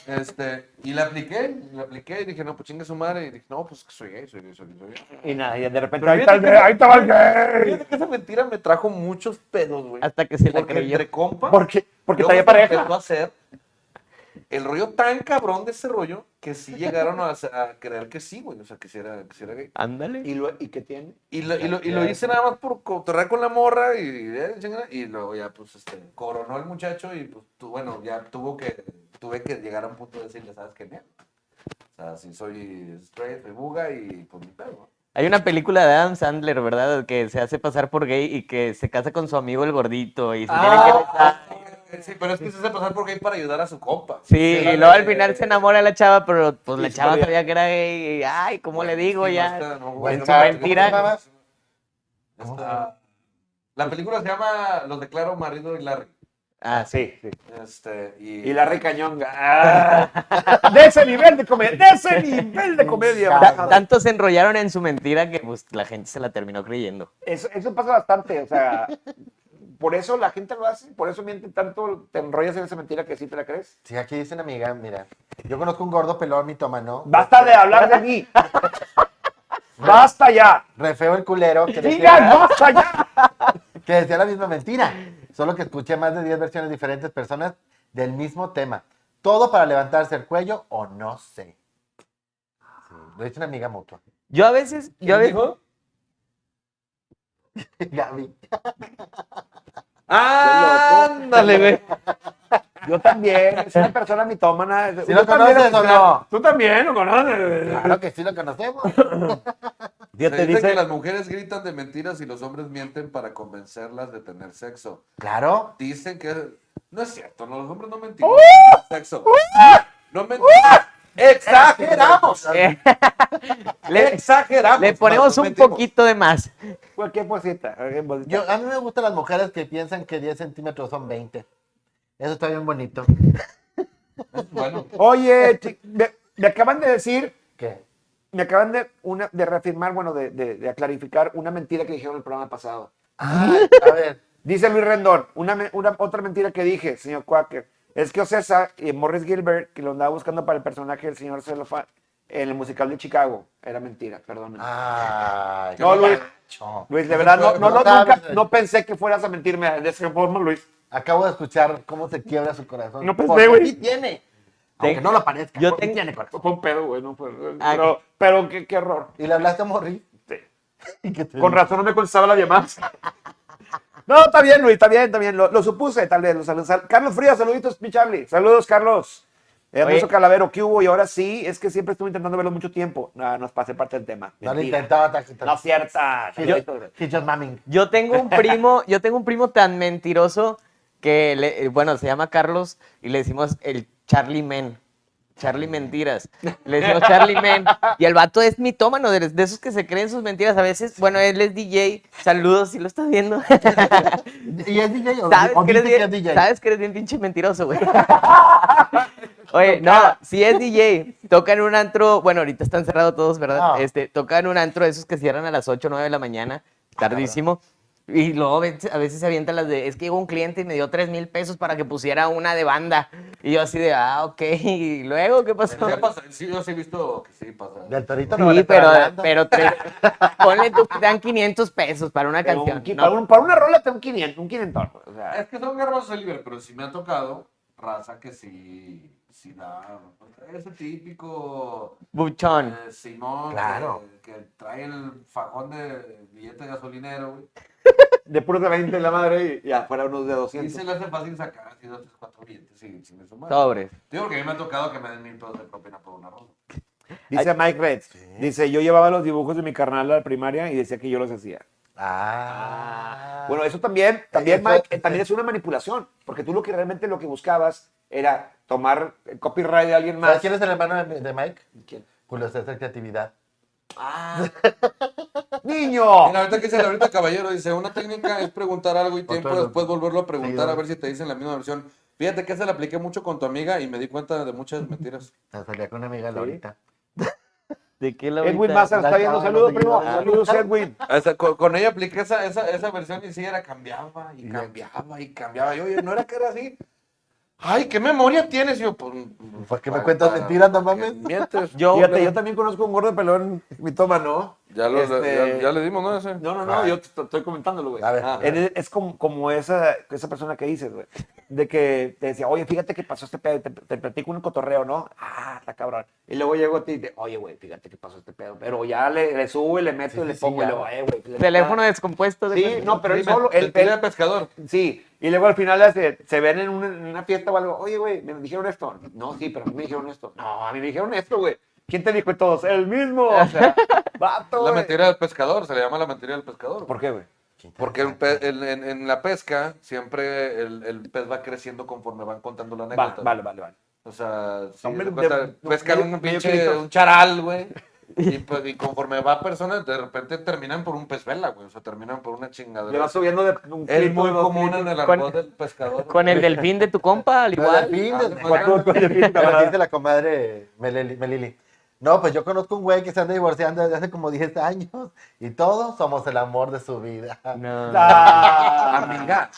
Este, y la apliqué, la apliqué y dije, no, pues chingue su madre. Y dije, no, pues que soy gay, soy gay, soy gay, soy gay.
Y nada, y de repente...
Pero
Ahí está el gay, ahí estaba el gay.
Fíjate que esa mentira me trajo muchos pedos, güey.
Hasta que se la
Porque
creyó.
entre compas.
Porque, porque
luego
traía
se
pareja.
empezó a hacer el rollo tan cabrón de ese rollo que sí llegaron a, *laughs* a creer que sí, güey. O sea, que sí era, que sí era gay.
Ándale.
¿Y, lo, ¿Y qué tiene?
Y lo, y lo- y lo hice nada más por cotorrear con la morra y, eh, chingada, y luego ya, pues, este, coronó el muchacho y, pues, tú, bueno, ya tuvo que, tuve que llegar a un punto de decirle, ¿sabes qué? Mierda. O sea, si soy straight, soy buga y, pues, mi pedo. ¿no?
Hay una película de Adam Sandler, ¿verdad? Que se hace pasar por gay y que se casa con su amigo el gordito y se tienen
Ah,
que besar.
Sí, pero es que se hace pasar por gay para ayudar a su compa.
Sí, y luego al final se enamora de la chava, pero pues la chava sabía que era gay. y, ay, ¿cómo
Bueno,
le digo
sí,
ya?
no está, no, güey,
Bueno,
no
su
mames,
mentira.
¿cómo se llama?
¿Cómo
Esta- La película se llama Los declaro marido y Larry.
Ah, sí.
Sí, sí.
Este, y,
Y la recañonga. *laughs* ¡Ah! De ese nivel de comedia. De ese nivel de comedia.
Ta-
Ta-
bajada.
tanto se enrollaron en su mentira que pues la gente se la terminó creyendo.
Eso, eso pasa bastante, o sea, *laughs* por eso la gente lo hace, por eso mienten tanto, te enrollas en esa mentira que sí te la crees.
Sí, aquí dice una amiga, mira. Yo conozco un gordo pelón mitómano.
Basta de hablar de *laughs* mí. Basta ya.
Re feo el culero. Que decía,
Digan, basta ya.
que decía la misma mentira, solo que escuché más de 10 versiones de diferentes personas del mismo tema. Todo para levantarse el cuello o no sé. Sí, lo dice una amiga mutua. *laughs*
Yo a veces, yo a veces,
Gaby.
¡Ah!
Ándale, güey.
Yo también, es una persona mitómana.
¿Sí lo
Tú también
conoces
lo-
o no?
Tú también lo conoces.
Claro que sí lo conocemos.
se
Dios te
dice que
dice.
las mujeres gritan de mentiras y los hombres mienten para convencerlas de tener sexo.
Claro.
Dicen que no es cierto, no, los hombres no mentimos. sexo. No mentimos. Exageramos.
eh, le,
Exageramos.
Eh, le ponemos
no
un
mentimos.
poquito de más.
Cualquier cosita. cualquier cosita.
Yo, a mí me gustan las mujeres que piensan que 10 centímetros son 20. Eso está bien bonito.
*laughs*
Bueno,
eh,
Oye, chi- ve- me acaban de decir,
¿Qué?
me acaban de, una, de reafirmar, bueno, de, de, de clarificar una mentira que dijeron en el programa pasado.
Ah, a ver.
Dice Luis Rendón, una, me- una- otra mentira que dije, señor Quaker, es que Ocesa y Morris Gilbert, que lo andaba buscando para el personaje del señor Celofa en el musical de Chicago, era mentira, perdón.
Ah,
Ay,
No,
qué
Luis.
gacho.
Luis, de verdad, no, no, no,
sabes,
nunca, no pensé que fueras a mentirme de esa forma, Luis.
Acabo de escuchar cómo se quiebra su corazón.
No pensé,
Porque
güey.
sí tiene.
Te-
Aunque no lo parezca.
Yo
porque
tengo-
tiene corazón.
Fue un pedo, güey, no fue-
Ah,
Pero, pero qué, qué error.
Y le hablaste a Morri.
Sí.
Y que te
Con razón no me contestaba la llamada. *laughs* No, está bien, Luis, está bien, está bien. Lo, lo supuse, tal vez. lo sal- sal- Carlos Frías, saluditos, mi Charlie. Saludos, Carlos. Eh, Ernesto
Oye.
Calavero, ¿qué hubo? Y ahora sí, es que siempre estuve intentando verlo mucho tiempo. Nada, nos pasé parte del tema.
No le
Mentira.
intentaba. ta- ta- *laughs*
No es cierta.
He's- he's just mamming.
Yo tengo un *laughs* primo, yo tengo un primo tan mentiroso que, le- eh, bueno, se llama Carlos y le decimos el Charlie Men. Charlie *laughs* Mentiras. Le decimos Charlie Men. Y el vato es mitómano, de, de esos que se creen sus mentiras. A veces, bueno, él es DJ. Saludos si lo estás viendo. *laughs*
¿Y es DJ o,
¿Sabes
o
que, eres
dice que
bien,
es DJ?
sabes que eres bien pinche mentiroso, güey. Oye, no, si es DJ, toca en un antro, bueno, ahorita están cerrados todos, ¿verdad?
Ah.
Este, toca en un antro, esos que cierran a las 8 o 9 de la mañana, tardísimo. Y luego ve- a veces se avientan las de, es que llegó un cliente y me dio 3 mil pesos para que pusiera una de banda. Y yo así de, ah, ok, y luego, ¿qué pasó?
Sí, pasa, sí, yo sí he visto que sí pasa.
Del torito no
Sí,
le
pero,
hablando.
pero tres- ponle tú, que dan 500 pesos para una
Pero un
canción.
qui-
¿no?
para, un- para una rola te un 500, un 500. O sea,
Es que son guerreros de libre, pero sí me ha tocado raza que sí, sí da. Es el típico
Buchón.
eh, Simón
Claro.
que, que trae el fajón de billete gasolinero, güey.
de puros de 20 de la madre y, y afuera unos de
Y
200.
se le hace fácil sacar así dos, tres, cuatro billetes sin, sin eso más.
Sobres.
Digo que a mí me ha tocado que me den mil pesos de propina por una ronda.
Dice Mike Red. Dice, yo llevaba los dibujos de mi carnal a la primaria y decía que yo los hacía.
Ah.
Bueno, eso también, también,
Eso-
Mike, eh, también es una manipulación, porque tú lo que realmente lo que buscabas era tomar el copyright de alguien
¿Sabes
más.
quién es el hermano de, de Mike?
¿Quién?
Julio César Creatividad.
¡Niño!
Mira, ahorita que dice ahorita caballero, dice, una técnica es preguntar algo y tiempo
Otra-
después volverlo a preguntar
Sí,
a ver si te dicen la misma versión. Fíjate que esa la apliqué mucho con tu amiga y me di cuenta de muchas mentiras.
Se salía con una amiga Lorita.
¿De qué la
Edwin
ahorita?
Master está viendo.
Ah,
Saludos,
no,
primo.
no, no.
Saludos, Edwin.
Esa- co- con, ella apliqué esa, esa, esa versión y sí era cambiaba y cambiaba y cambiaba. Y oye, no era que era así. Ay, qué memoria tienes. Y yo, pues.
¿Por qué me cuentas mentiras, no mames?
Mientes.
Yo-
Fíjate, yo también conozco un gordo pelón mitómano.
Ya, lo-
Este-
ya- ya le dimos, ¿no? Ese. Ah.
No, no, no, yo te- te estoy comentándolo, güey.
A ver.
Ah, es, es como, como esa, esa persona que dices, güey. De que te decía, oye, fíjate que pasó este pedo, y te, te platico un cotorreo, ¿no? Ah, está cabrón. Y luego llego a ti y te, oye, güey, fíjate que pasó este pedo. Pero ya le, le subo y le meto
Sí,
y le
sí, sí,
pongo
ya.
y luego, eh, güey. la
Teléfono
neta".
descompuesto. de
Sí,
cuenta.
no, pero él solo,
el,
él,
tira
él-
de pescador.
Sí, y luego al final hace- se ven en, un- en una fiesta o algo. Oye, güey, me dijeron esto. No, sí, pero a mí me dijeron esto. No, a mí me dijeron esto, güey. ¿Quién te dijo y todos? El mismo. O sea, vato,
La
güey.
mentira del pescador, se le llama la mentira del pescador.
¿Por qué, güey?
Porque el pe- el- en, en la pesca siempre el, el pez va creciendo conforme van contando la
Va,
anécdota.
vale, vale, vale.
O sea, si
Hombre,
se cuenta,
de- de-
pescan
medio-
un
medio
pinche
kilito.
un charal, güey.
*laughs*
Y, pues, y conforme va personas, de repente terminan por un pez vela, güey. O sea, terminan por una
Le
chingadera.
va subiendo de un
Es
clip,
muy
dos
común
clips.
en el
Con-
argot del pescador.
Con el delfín de tu compa, al
Igual.
igual.
fin,
Ah,
desde-
pues,
Como
con el fin, camarada.
dice la comadre Meleli- Melili. No, pues yo conozco un güey que se anda divorciando desde hace como 10 años y todos somos el amor de su
*laughs*
vida.
No.
Ah,
Amiga,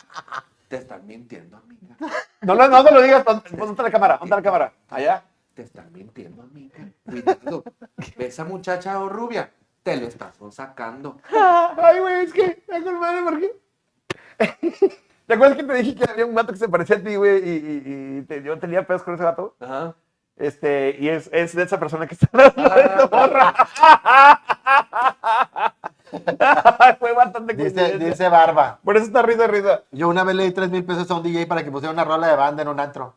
te están mintiendo, amiga.
no, no, no te lo digas. pon- Ponte la cámara, ponte la cámara.
*laughs*
Allá.
Te están mintiendo, amiga. Cuidado. Esa muchacha o rubia, te lo estás sacando.
Ay, güey, es que, ay, con madre, ¿por qué? *laughs* ¿Te acuerdas que te dije que había un vato que se parecía a ti, güey? Y, y- y te- yo tenía pedos con ese vato.
Ajá.
Este, y es, es de esa persona que está *laughs* hablando de esa morra. *laughs* Fue bastante
Dice,
coincidencia.
dice Barba.
Por eso está risa, risa.
Yo una vez le di 3 mil pesos a un DJ para que pusiera una rola de banda en un antro.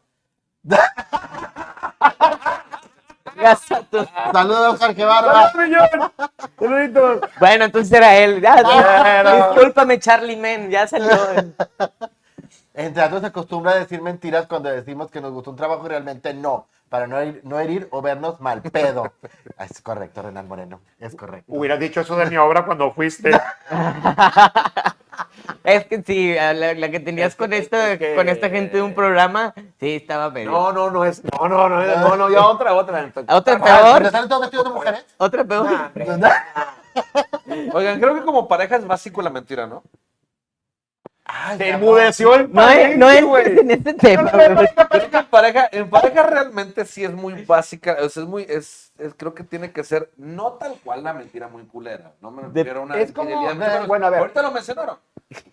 Gasato.
Saludos, Jorge
*laughs*
Barba.
¡Saludos, millón! ¡Saluditos!
Bueno, entonces era él. Ya,
Claro.
Discúlpame, Charlie Men, ya salió.
Entre otros se acostumbra a decir mentiras cuando decimos que nos gustó un trabajo y realmente no, para no, herir- no herir o vernos mal
*laughs*
pedo. es correcto, Renan Moreno, es correcto.
Hubieras dicho eso de mi obra cuando fuiste.
Es que sí, a la, la que tenías
Es que-
con, esta,
es que-
con esta gente de un programa, sí, estaba medio.
No, no, no es. No, no, no, es- no, no, ya otra, otra.
¿Otra
Ah,
peor?
¿Pero salen todos vestidos de mujeres?
¿Otra peor?
Nah, hombre. Oigan, creo que como pareja es más psico la mentira, ¿no?
Ay,
Se
ya
enmudeció el
no es, no entres en este tema, güey.
Creo que en pareja, en pareja realmente sí es muy básica, o sea, es muy, es, es- creo que tiene que ser, no tal cual la mentira muy culera, no me refiero a una
es como- eh,
infidelidad, mucho menos.
bueno, a ver.
ahorita lo mencionaron,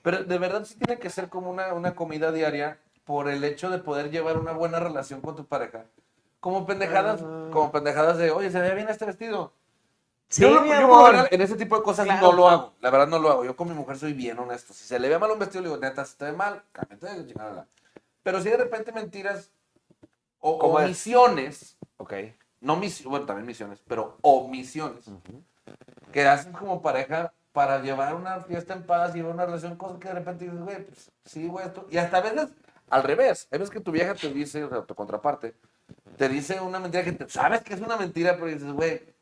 pero de verdad sí tiene que ser como una, una comida diaria por el hecho de poder llevar una buena relación con tu pareja, como pendejadas,
Ah.
como pendejadas de, oye, se ve bien este vestido,
Sí,
yo, no-
mi
yo por lo
amor.
general, en ese tipo de cosas
Claro.
no lo hago. La verdad no lo hago. Yo con mi mujer soy bien honesto. Si se le ve mal un vestido, le digo, neta, si te ve mal, cámbiate de chingada. Pero si de repente mentiras o
¿Cómo es?
omisiones, ok, no mis, bueno, también misiones, pero omisiones, que hacen como pareja para llevar una fiesta en paz, llevar una relación, cosas que de repente dices, güey, pues sí, güey, esto. Y hasta a veces al revés. Hay veces que tu vieja te dice, o sea, tu contraparte, te dice una mentira que te- sabes que es una mentira, pero dices, güey,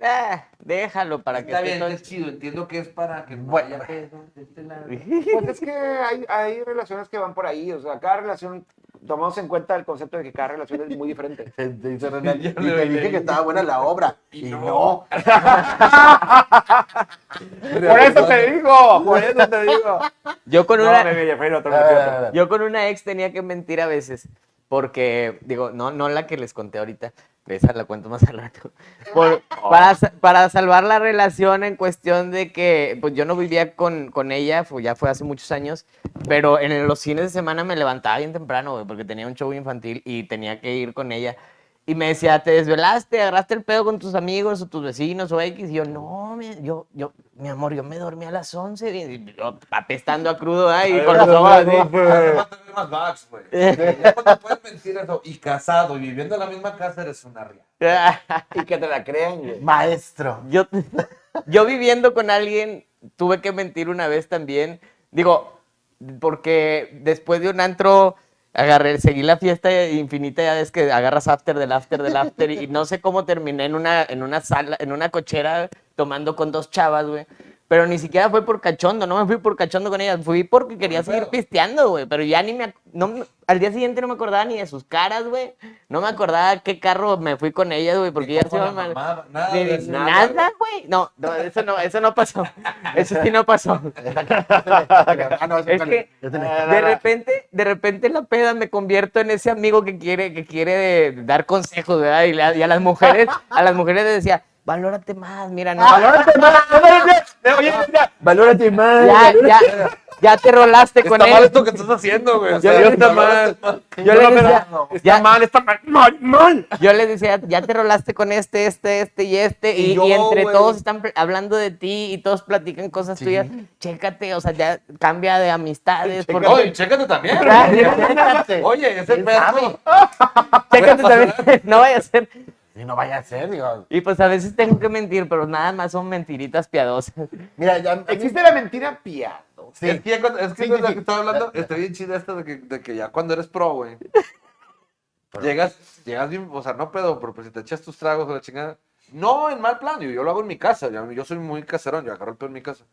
Ah, déjalo para que
Está
esté
bien,
todo-
está chido. Entiendo que es para que no
Bueno.
haya pedo de este lado.
Pues es que hay, hay relaciones que van por ahí, o sea, cada relación, tomamos en cuenta el concepto de que cada relación es muy diferente.
Te dice Renan,
Ya
Este, y
le
te dije
leí.
que estaba buena la obra.
Y
Y, no.
no.
*laughs* Por eso te digo, por eso te digo.
Yo con
No,
una...
me me Jeffrey, no,
A
otro,
ver, a
otro,
ver,
otro.
a ver.
Yo con una ex tenía que mentir a veces, porque, digo, no, no la que les conté ahorita, esa la cuento más *laughs* al rato. Por- para, sa- para salvar la relación en cuestión de que, pues yo no vivía con, con ella, fue- ya fue hace muchos años, pero en los fines de semana me levantaba bien temprano, güey, porque tenía un show infantil y tenía que ir con ella. Y me decía, te desvelaste, agarraste el pedo con tus amigos o tus vecinos o X. Y yo, no, mi, yo, yo, mi amor, yo me dormí a las 11 y, y yo apestando a crudo, ay, y con los ojos así.
Además, te ve más vax, güey. Ya cuando puedes mentir eso, y casado y viviendo en la misma casa, eres una ría.
Y que te la crean,
*laughs*
güey.
Maestro.
yo, yo viviendo con alguien, tuve que mentir una vez también. Digo, porque después de un antro, agarré, seguí la fiesta infinita, ya ves que agarras after del after del after, y no sé cómo terminé en una, en una sala, en una cochera, tomando con dos chavas, güey. Pero ni siquiera fue por cachondo, no me fui por cachondo con ellas, fui porque quería seguir pisteando, güey. Pero ya ni me. ac- No, me- al día siguiente no me acordaba ni de sus caras, güey. No me acordaba qué carro me fui con ellas, güey, porque
Ni
ya se
cómo la
iban mal.
mamaba, nada
Ni-
de
ni
eso.
Nada, güey. No, no, eso no, eso no
*laughs*
pasó. Eso sí no pasó.
ah, no,
Es que ah, de repente, de repente en la peda me convierto en ese amigo que quiere, que quiere dar consejos, ¿verdad? Y, la- y a las mujeres, a las mujeres les decía, valórate más, mira, no.
Valórate más, valórate, oye, mira, valórate más.
Ya, ya, ya te rolaste con este".
Está mal
él.
esto que estás haciendo, güey. O
Ya,
sea,
ya
está
está
mal.
Yo les decía, ya-
está mal, mal, mal.
yo les decía, ya te rolaste con este, este, este y este, y,
Y yo,
y entre
güey.
todos están pl- hablando de ti y todos platican cosas tuyas. Chécate, o sea, ya cambia de amistades. porque-
Oye, chécate también. *laughs* Oye, ese
este? ¿Quién
perro.
Chécate también, *laughs* no vaya a ser.
Y no vaya a ser, digo.
Y pues a veces tengo que mentir, pero nada más son mentiritas piadosas.
Mira, ya.
Existe la mentira piado.
Sí.
Es que, ya cuando- es que
Sí,
cuando
sí, sí.
estaba hablando, está bien chida esta de que, de que ya cuando eres pro, güey. Llegas, llegas bien, o sea, no pedo, pero pues si te echas tus tragos o la chingada. No, en mal plan, yo, yo lo hago en mi casa, yo, yo soy muy caserón, yo agarro el pedo en mi casa.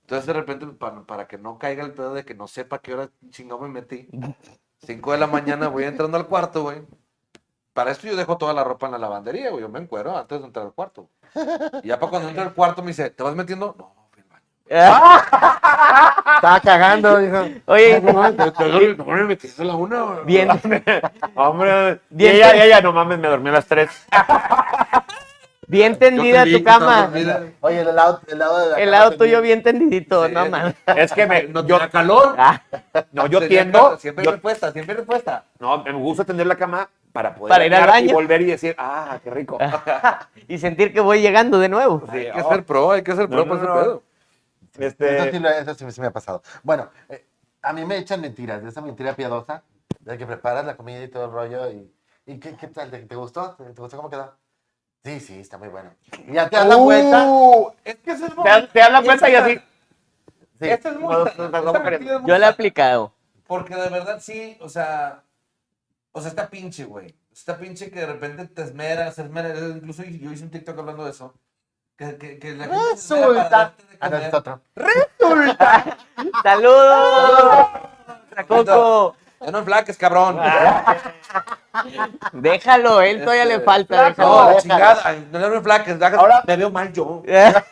Entonces de repente, para, para que no caiga el pedo de que no sepa qué hora chingado me metí, 5 de la mañana voy entrando al cuarto, güey. Para esto yo dejo toda la ropa en la lavandería, güey, yo me encuero antes de entrar al cuarto. Y ya para cuando entro al cuarto me dice, ¿te vas metiendo? No, no, fui al baño.
Ah.
*laughs*
Estaba cagando, dijo.
Oye,
No me metiste a la una, güey.
bien,
Hombre, y
Bien.
ella, y ella, no mames, me dormí a las 3.
*laughs* bien tendida tu cama.
Oye, el lado, el lado de la
El
cama
lado
tenía-
tuyo bien tendidito,
Sí.
no mames.
Es que me,
No
yo,
tenía calor.
Ah,
no, yo
Tenía
tiendo,
calor. Siempre hay
yo-
respuesta, siempre hay respuesta.
no, me gusta tender la cama para poder
Para ir al
bañar y
baño.
volver y decir, ah, qué rico.
y sentir que voy llegando de nuevo.
Sí,
Hay que
oh,
ser pro, hay que
No,
ser pro
no,
para
no.
ese pedo.
Eso sí,
este,
lo- eso sí, sí me ha pasado. Bueno, eh, a mí me echan mentiras, de esa mentira piadosa, de que preparas la comida y todo el rollo. ¿Y, ¿y qué, qué tal? ¿Te, te gustó? ¿Te, te gustó cómo quedó? Sí, sí, está muy bueno. Y ya te das la vuelta.
Uh, Es que ese es
te, das- te das la cuenta y así.
Sí.
Este es muy
No, no,
sano,
no, no,
esta
no,
partida es muy
Yo la he
sana,
aplicado.
Porque de verdad sí, o sea, o sea, está pinche, güey. Está pinche que de repente te esmeras, esmeras. Incluso yo hice un TikTok hablando de eso. Que Que, que, que la gente se espera para
Resulta.
darte de
Ah, no,
comer.
es otro.
¡Saludos! Coco,
Ya no flaques, cabrón.
Ah,
déjalo, él todavía le falta.
No,
déjalo.
déjalo.
chingada. No me flaques. flaques.
Ahora-
me veo mal yo.
Ya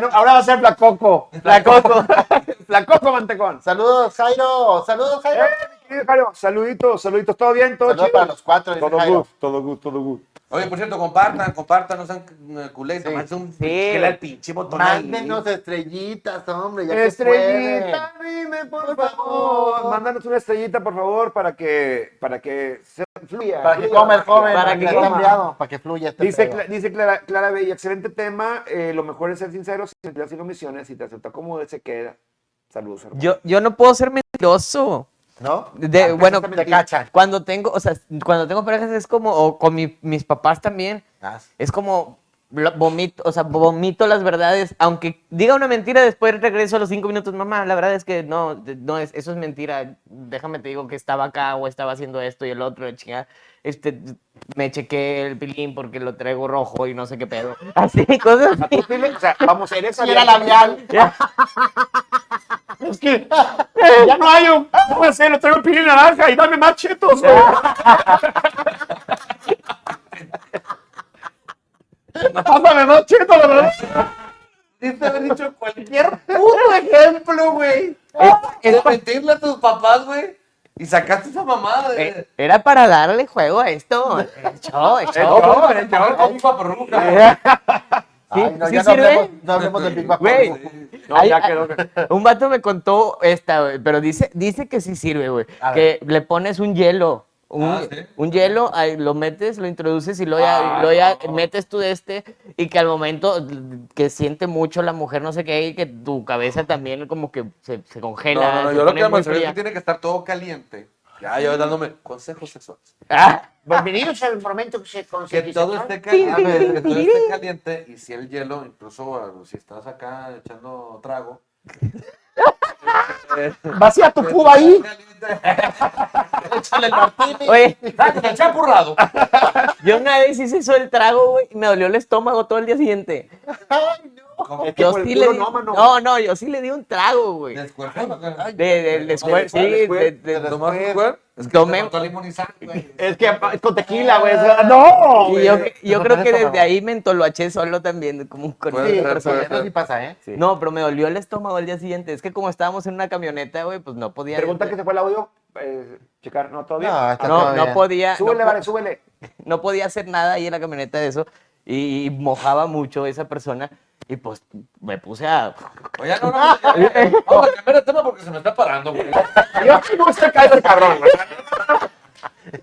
no- ahora va a ser Flacoco.
*laughs* Flacoco.
Flacoco Mantecón.
Saludos, Jairo. Saludos, Jairo.
Eh, Jairo, saluditos, saluditos. ¿Todo bien? ¿Todo
Saludos
chido?
para los cuatro. dice
Todo
Jairo.
good, todo good, todo good.
Oye, por cierto, compartan, compartan, no sean eh, culés. nomás un que le el pinche botón ahí.
Mándenos estrellitas, hombre. Ya
Estrellita,
Estrellitas.
dime por
Por
favor.
favor.
Mándanos una estrellita, por favor, para que, para que se fluya.
Para que
fluya.
coma el joven.
Para
Para
que
que
coma.
hambriado. Para que fluya este
Dice,
pedo.
Cla- dice Clara, Clara Bella, excelente tema. eh, lo mejor es ser sincero, sin mentiras, sin omisiones. Si te acepta como él se queda. Saludos, hermano.
Yo, yo no puedo ser mentiroso.
¿No?
De-
Ah,
bueno,
precisamente te cachan.
cuando tengo, o sea, cuando tengo parejas es como, o con mi- mis papás también,
Ah, sí.
es como lo- vomito, o sea, vomito las verdades, aunque diga una mentira, después regreso a los cinco minutos, mamá, la verdad es que no, de- no es, eso es mentira, déjame te digo que estaba acá o estaba haciendo esto y el otro, la chingada, este, me chequé el pilín porque lo traigo rojo y no sé qué pedo, *laughs* así, cosas
A
así.
tu feeling, o sea, vamos, eres
Sí, era
abierto.
labial.
Es que ya no hay un. No voy a hacer, lo traigo pilín naranja y dame más chetos. güey. Pásame más chetos, la verdad.
Diste haber dicho *laughs* cualquier puto ejemplo, güey. Es mentirle a tus papás, güey. Y sacaste esa mamada de.
Eh, Era para darle juego a esto.
*laughs*
El show, el show.
No, no, pero te va con un paparruca.
Sí,
Ay, no,
sí
ya no
sirve.
hablemos, no hablemos del Big Bang.
Güey.
No,
Ay,
ya
ay. *laughs*
quedó.
Un vato me contó esta, güey, pero dice, dice que sí sirve, güey.
A
Que le pones un hielo. Un,
Ah, ¿sí?
un hielo, ahí lo metes, lo introduces y lo ya,
Ah,
lo ya
no.
metes tú de este y que al momento que siente mucho la mujer, no sé qué, y que tu cabeza también como que se, se
No,
congela.
no, no,
se
yo lo
pone
que me
muy
refiero es que
fría.
tiene que estar todo caliente. Ya, yo dándome consejos sexuales.
Ah,
Bienvenidos al momento que se
Pues
Que
consigue.
todo esté caliente, que todo esté caliente y si el hielo, incluso ah, si estás acá echando trago.
Vacía tu cuba ahí.
Échale el
*laughs*
martini.
Oye,
Sácate el chapurrado.
yo una vez hice eso del trago, güey, y me dolió el estómago todo el día siguiente.
*laughs*
*laughs*
Como
Yo
como el
sí le
puro
di,
nómano.
no, no, yo sí le di un trago, güey.
Descuerpado, güey.
De, del descuer- sí, de- de-
Tomás Square. Es que
Tomé-
te faltó limonizar, *laughs* güey.
Es que es con tequila, güey. o sea, Ah, No,
Y
güey.
yo, que- yo
Te
creo
rompes
que
el
desde
estómago.
ahí me entoloaché solo también, como un con-
Puede
Sí,
ser,
pero
puede
eso
ser.
sí pasa, ¿eh?
No, pero me dolió el estómago el día siguiente. Es que como estábamos en una camioneta, güey, pues no podía.
Pregunta que se fue el audio. eh, checar, no, todavía.
No, está todo
no, no
bien.
podía. No,
súbele,
po-
vale, súbele.
no podía hacer nada ahí en la camioneta de eso. Y, y mojaba mucho esa persona. Y pues me puse a. *laughs*
Oye, no, no, no, ya, *laughs* ya, ya. Vamos a cambiar de tema porque se me está
*laughs*
parando, güey.
Yo aquí no se cae ese cabrón, güey.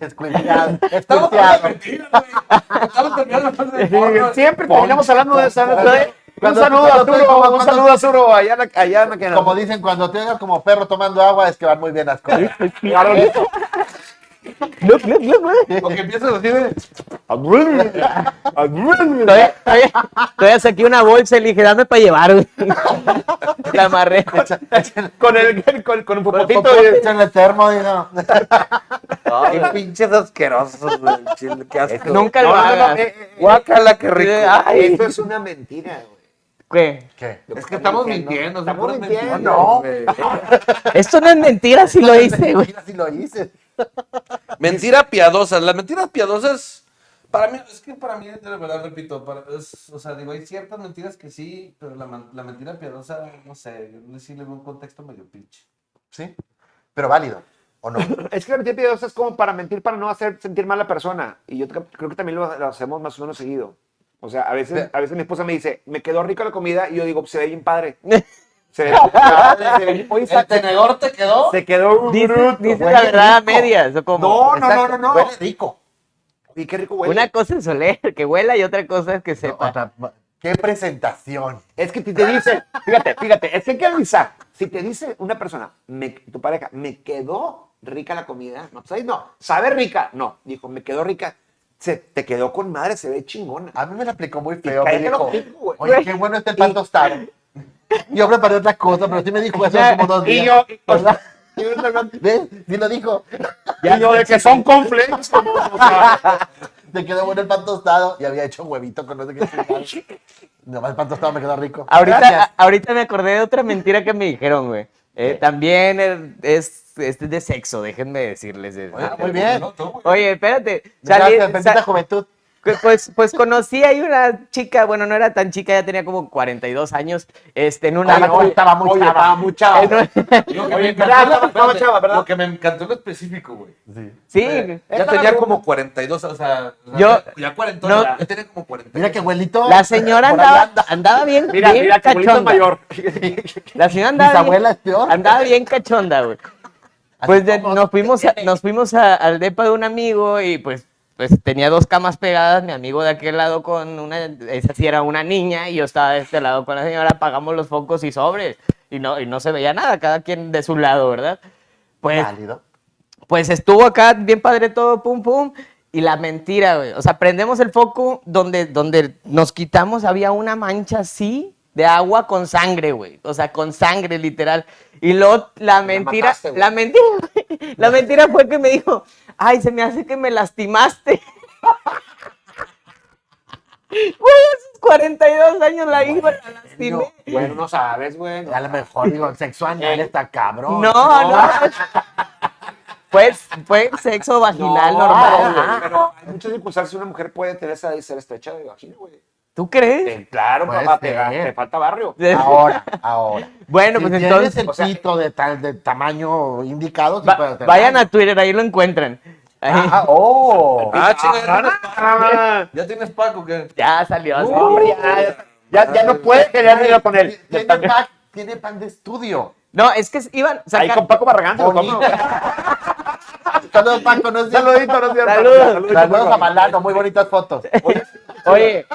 Escuinteado,
Estamos hablando
escuinteado.
de mentiras, güey. Estamos terminando de hablar de porno.
Siempre terminamos hablando de esa. Un
Cuando-
saludo a
cuando-
Arturo,
cuando-
un saludo a Arturo, allá en la- allá en la que
Como dicen, cuando te oigas como perro tomando agua, es que van muy bien las cosas.
*laughs*
Look, look, look, güey.
Porque empiezas así de.
Todavía, todavía, todavía saqué una bolsa y le dije, dame para llevar, güey. *laughs* La amarré.
Con el con, con un popotito. de-
Échenle termo, digo.
Qué pinches asquerosos, güey. Chile, Qué asco.
Nunca lo
No, no, no,
hagas.
eh, eh, eh,
Guácala, qué rico.
Ay,
Esto Este es una mentira, güey.
¿qué?
¿Qué?
Lo
Es que estamos
están
mintiendo, son
Estamos
puras mentiras.
mintiendo.
No. *laughs*
Esto no es mentira si lo hice, güey.
Mira si lo hice.
Mentira piadosa. Las mentiras piadosas, para mí, es que para mí, de verdad, repito, para- es- o sea, digo, hay ciertas mentiras que sí, pero la, man- la mentira piadosa, no sé, yo sí le veo un contexto medio pinche.
Sí, pero válido, ¿o no?
Es que la mentira piadosa es como para mentir, para no hacer sentir mal a la persona. Y yo cre- creo que también lo, lo hacemos más o menos seguido. O sea, a veces, a veces mi esposa me dice, me quedó rico la comida, y yo digo, se ve bien *laughs* padre. Se ve bien padre, se ve bien- Oye,
¿El
sa-
tenedor te quedó?
se quedó un
Dices,
bruto.
dices
güey.
la verdad a medias, o como.
No, no, no,
Exacto,
no, no.
Huele rico.
Y qué rico, güey.
Una cosa es oler, que huela, y otra cosa es que sepa.
Otra- qué presentación.
Es que si te dice, fíjate, fíjate, es que hay que avisar. Si te dice una persona, me- tu pareja, me quedó rica la comida, no, ¿sabes? No, sabe rica, no, dijo, me quedó rica, se, te quedó con madre, se ve chingona.
A mí me la aplicó muy feo. Me
cállate el
dijo,
hocico, güey.
oye, qué bueno está el pan tostado. Yo preparé otra cosa, pero sí me dijo eso hace como dos días.
Y yo, y-
¿Verdad? ¿Ves? Sí lo dijo.
y yo de que son conflictos.
te quedó bueno el pan tostado. Y había hecho huevito con no
*laughs*
sé qué chingados. Nomás el pan tostado me quedó rico.
Ahorita,
Gracias.
a- ahorita me acordé de otra mentira que me dijeron, güey. Eh, También er- es, es de sexo, déjenme decirles. de-
Ah, muy
Eh,
bien.
Oye, espérate. Salí-
Gracias, bendita
sa-
juventud.
que, Pues, pues conocí ahí una chica, bueno, no era tan chica, ya tenía como 42 años, este, en una...
Oye, oye, estaba muy
Oye,
chava.
estaba muy chava.
*laughs*
en un-
Eh, Lo que
Oye,
me encantó,
¿verdad? Estaba- estaba
espérate,
chava, ¿verdad?
Lo que me encantó en lo específico, güey.
sí,
Ya
Esta
tenía
la-
como 42, o sea, o sea,
Yo-
ya 40,
no.
ya tenía como 40.
Mira que abuelito.
la señora
por ahí
andaba,
anda.
andaba bien,
Mira,
bien
mira, que abuelito es
cachonda.
mayor.
La señora
Mis
andaba bien,
abuelas peor.
andaba bien cachonda, güey. Pues de- nos fuimos, a- nos fuimos a- al depa de un amigo y pues, pues tenía dos camas pegadas, mi amigo de aquel lado con una, esa sí era una niña y yo estaba de este lado con la señora, apagamos los focos y sobres y no, y no se veía nada, cada quien de su lado, ¿verdad? Pues,
*laughs* Válido.
pues estuvo acá bien padre todo, pum, pum. Y la mentira, güey. O sea, prendemos el foco donde, donde nos quitamos, había una mancha así de agua con sangre, güey. O sea, con sangre, literal. Y luego la mentira,
mataste, güey.
la mentira, *laughs* güey, la mentira fue que me dijo, ay, se me hace que me lastimaste. *laughs* Güey, a sus 42 años la iba, la lastimé.
Bueno, no sabes, güey.
A lo mejor, digo, sexo anal está cabrón.
Eh, No, no. *laughs* Pues, fue sexo vaginal normal. güey.
Pero hay muchas circunstancias una mujer puede tener esa y ser estrecha de vagina, güey.
¿Tú crees?
Te- Claro,
Puede
papá, te,
ser.
te falta barrio.
Ahora, ahora.
*laughs* Bueno,
Si
pues
tienes
entonces
el pito de, tal, de tamaño indicado, sí
va-
puedes tener.
vayan a Twitter, ahí lo encuentran. Ahí-
Ah, oh.
Ah, chinga, ya tienes Paco. ¿Ya tienes Paco qué?
*laughs* ya salió. así.
Hombre, ya, ya, ya no puedes tener dinero con él.
Tiene pan, tiene pan de estudio.
No, es que iban
Ahí
sacar-
con Paco Barragán se lo tomo.
Bonita. Saludos, Paco. No es cierto.
Saludito, no es cierto.
Saludos.
Saludos a Malano. Muy bonitas fotos.
Oye,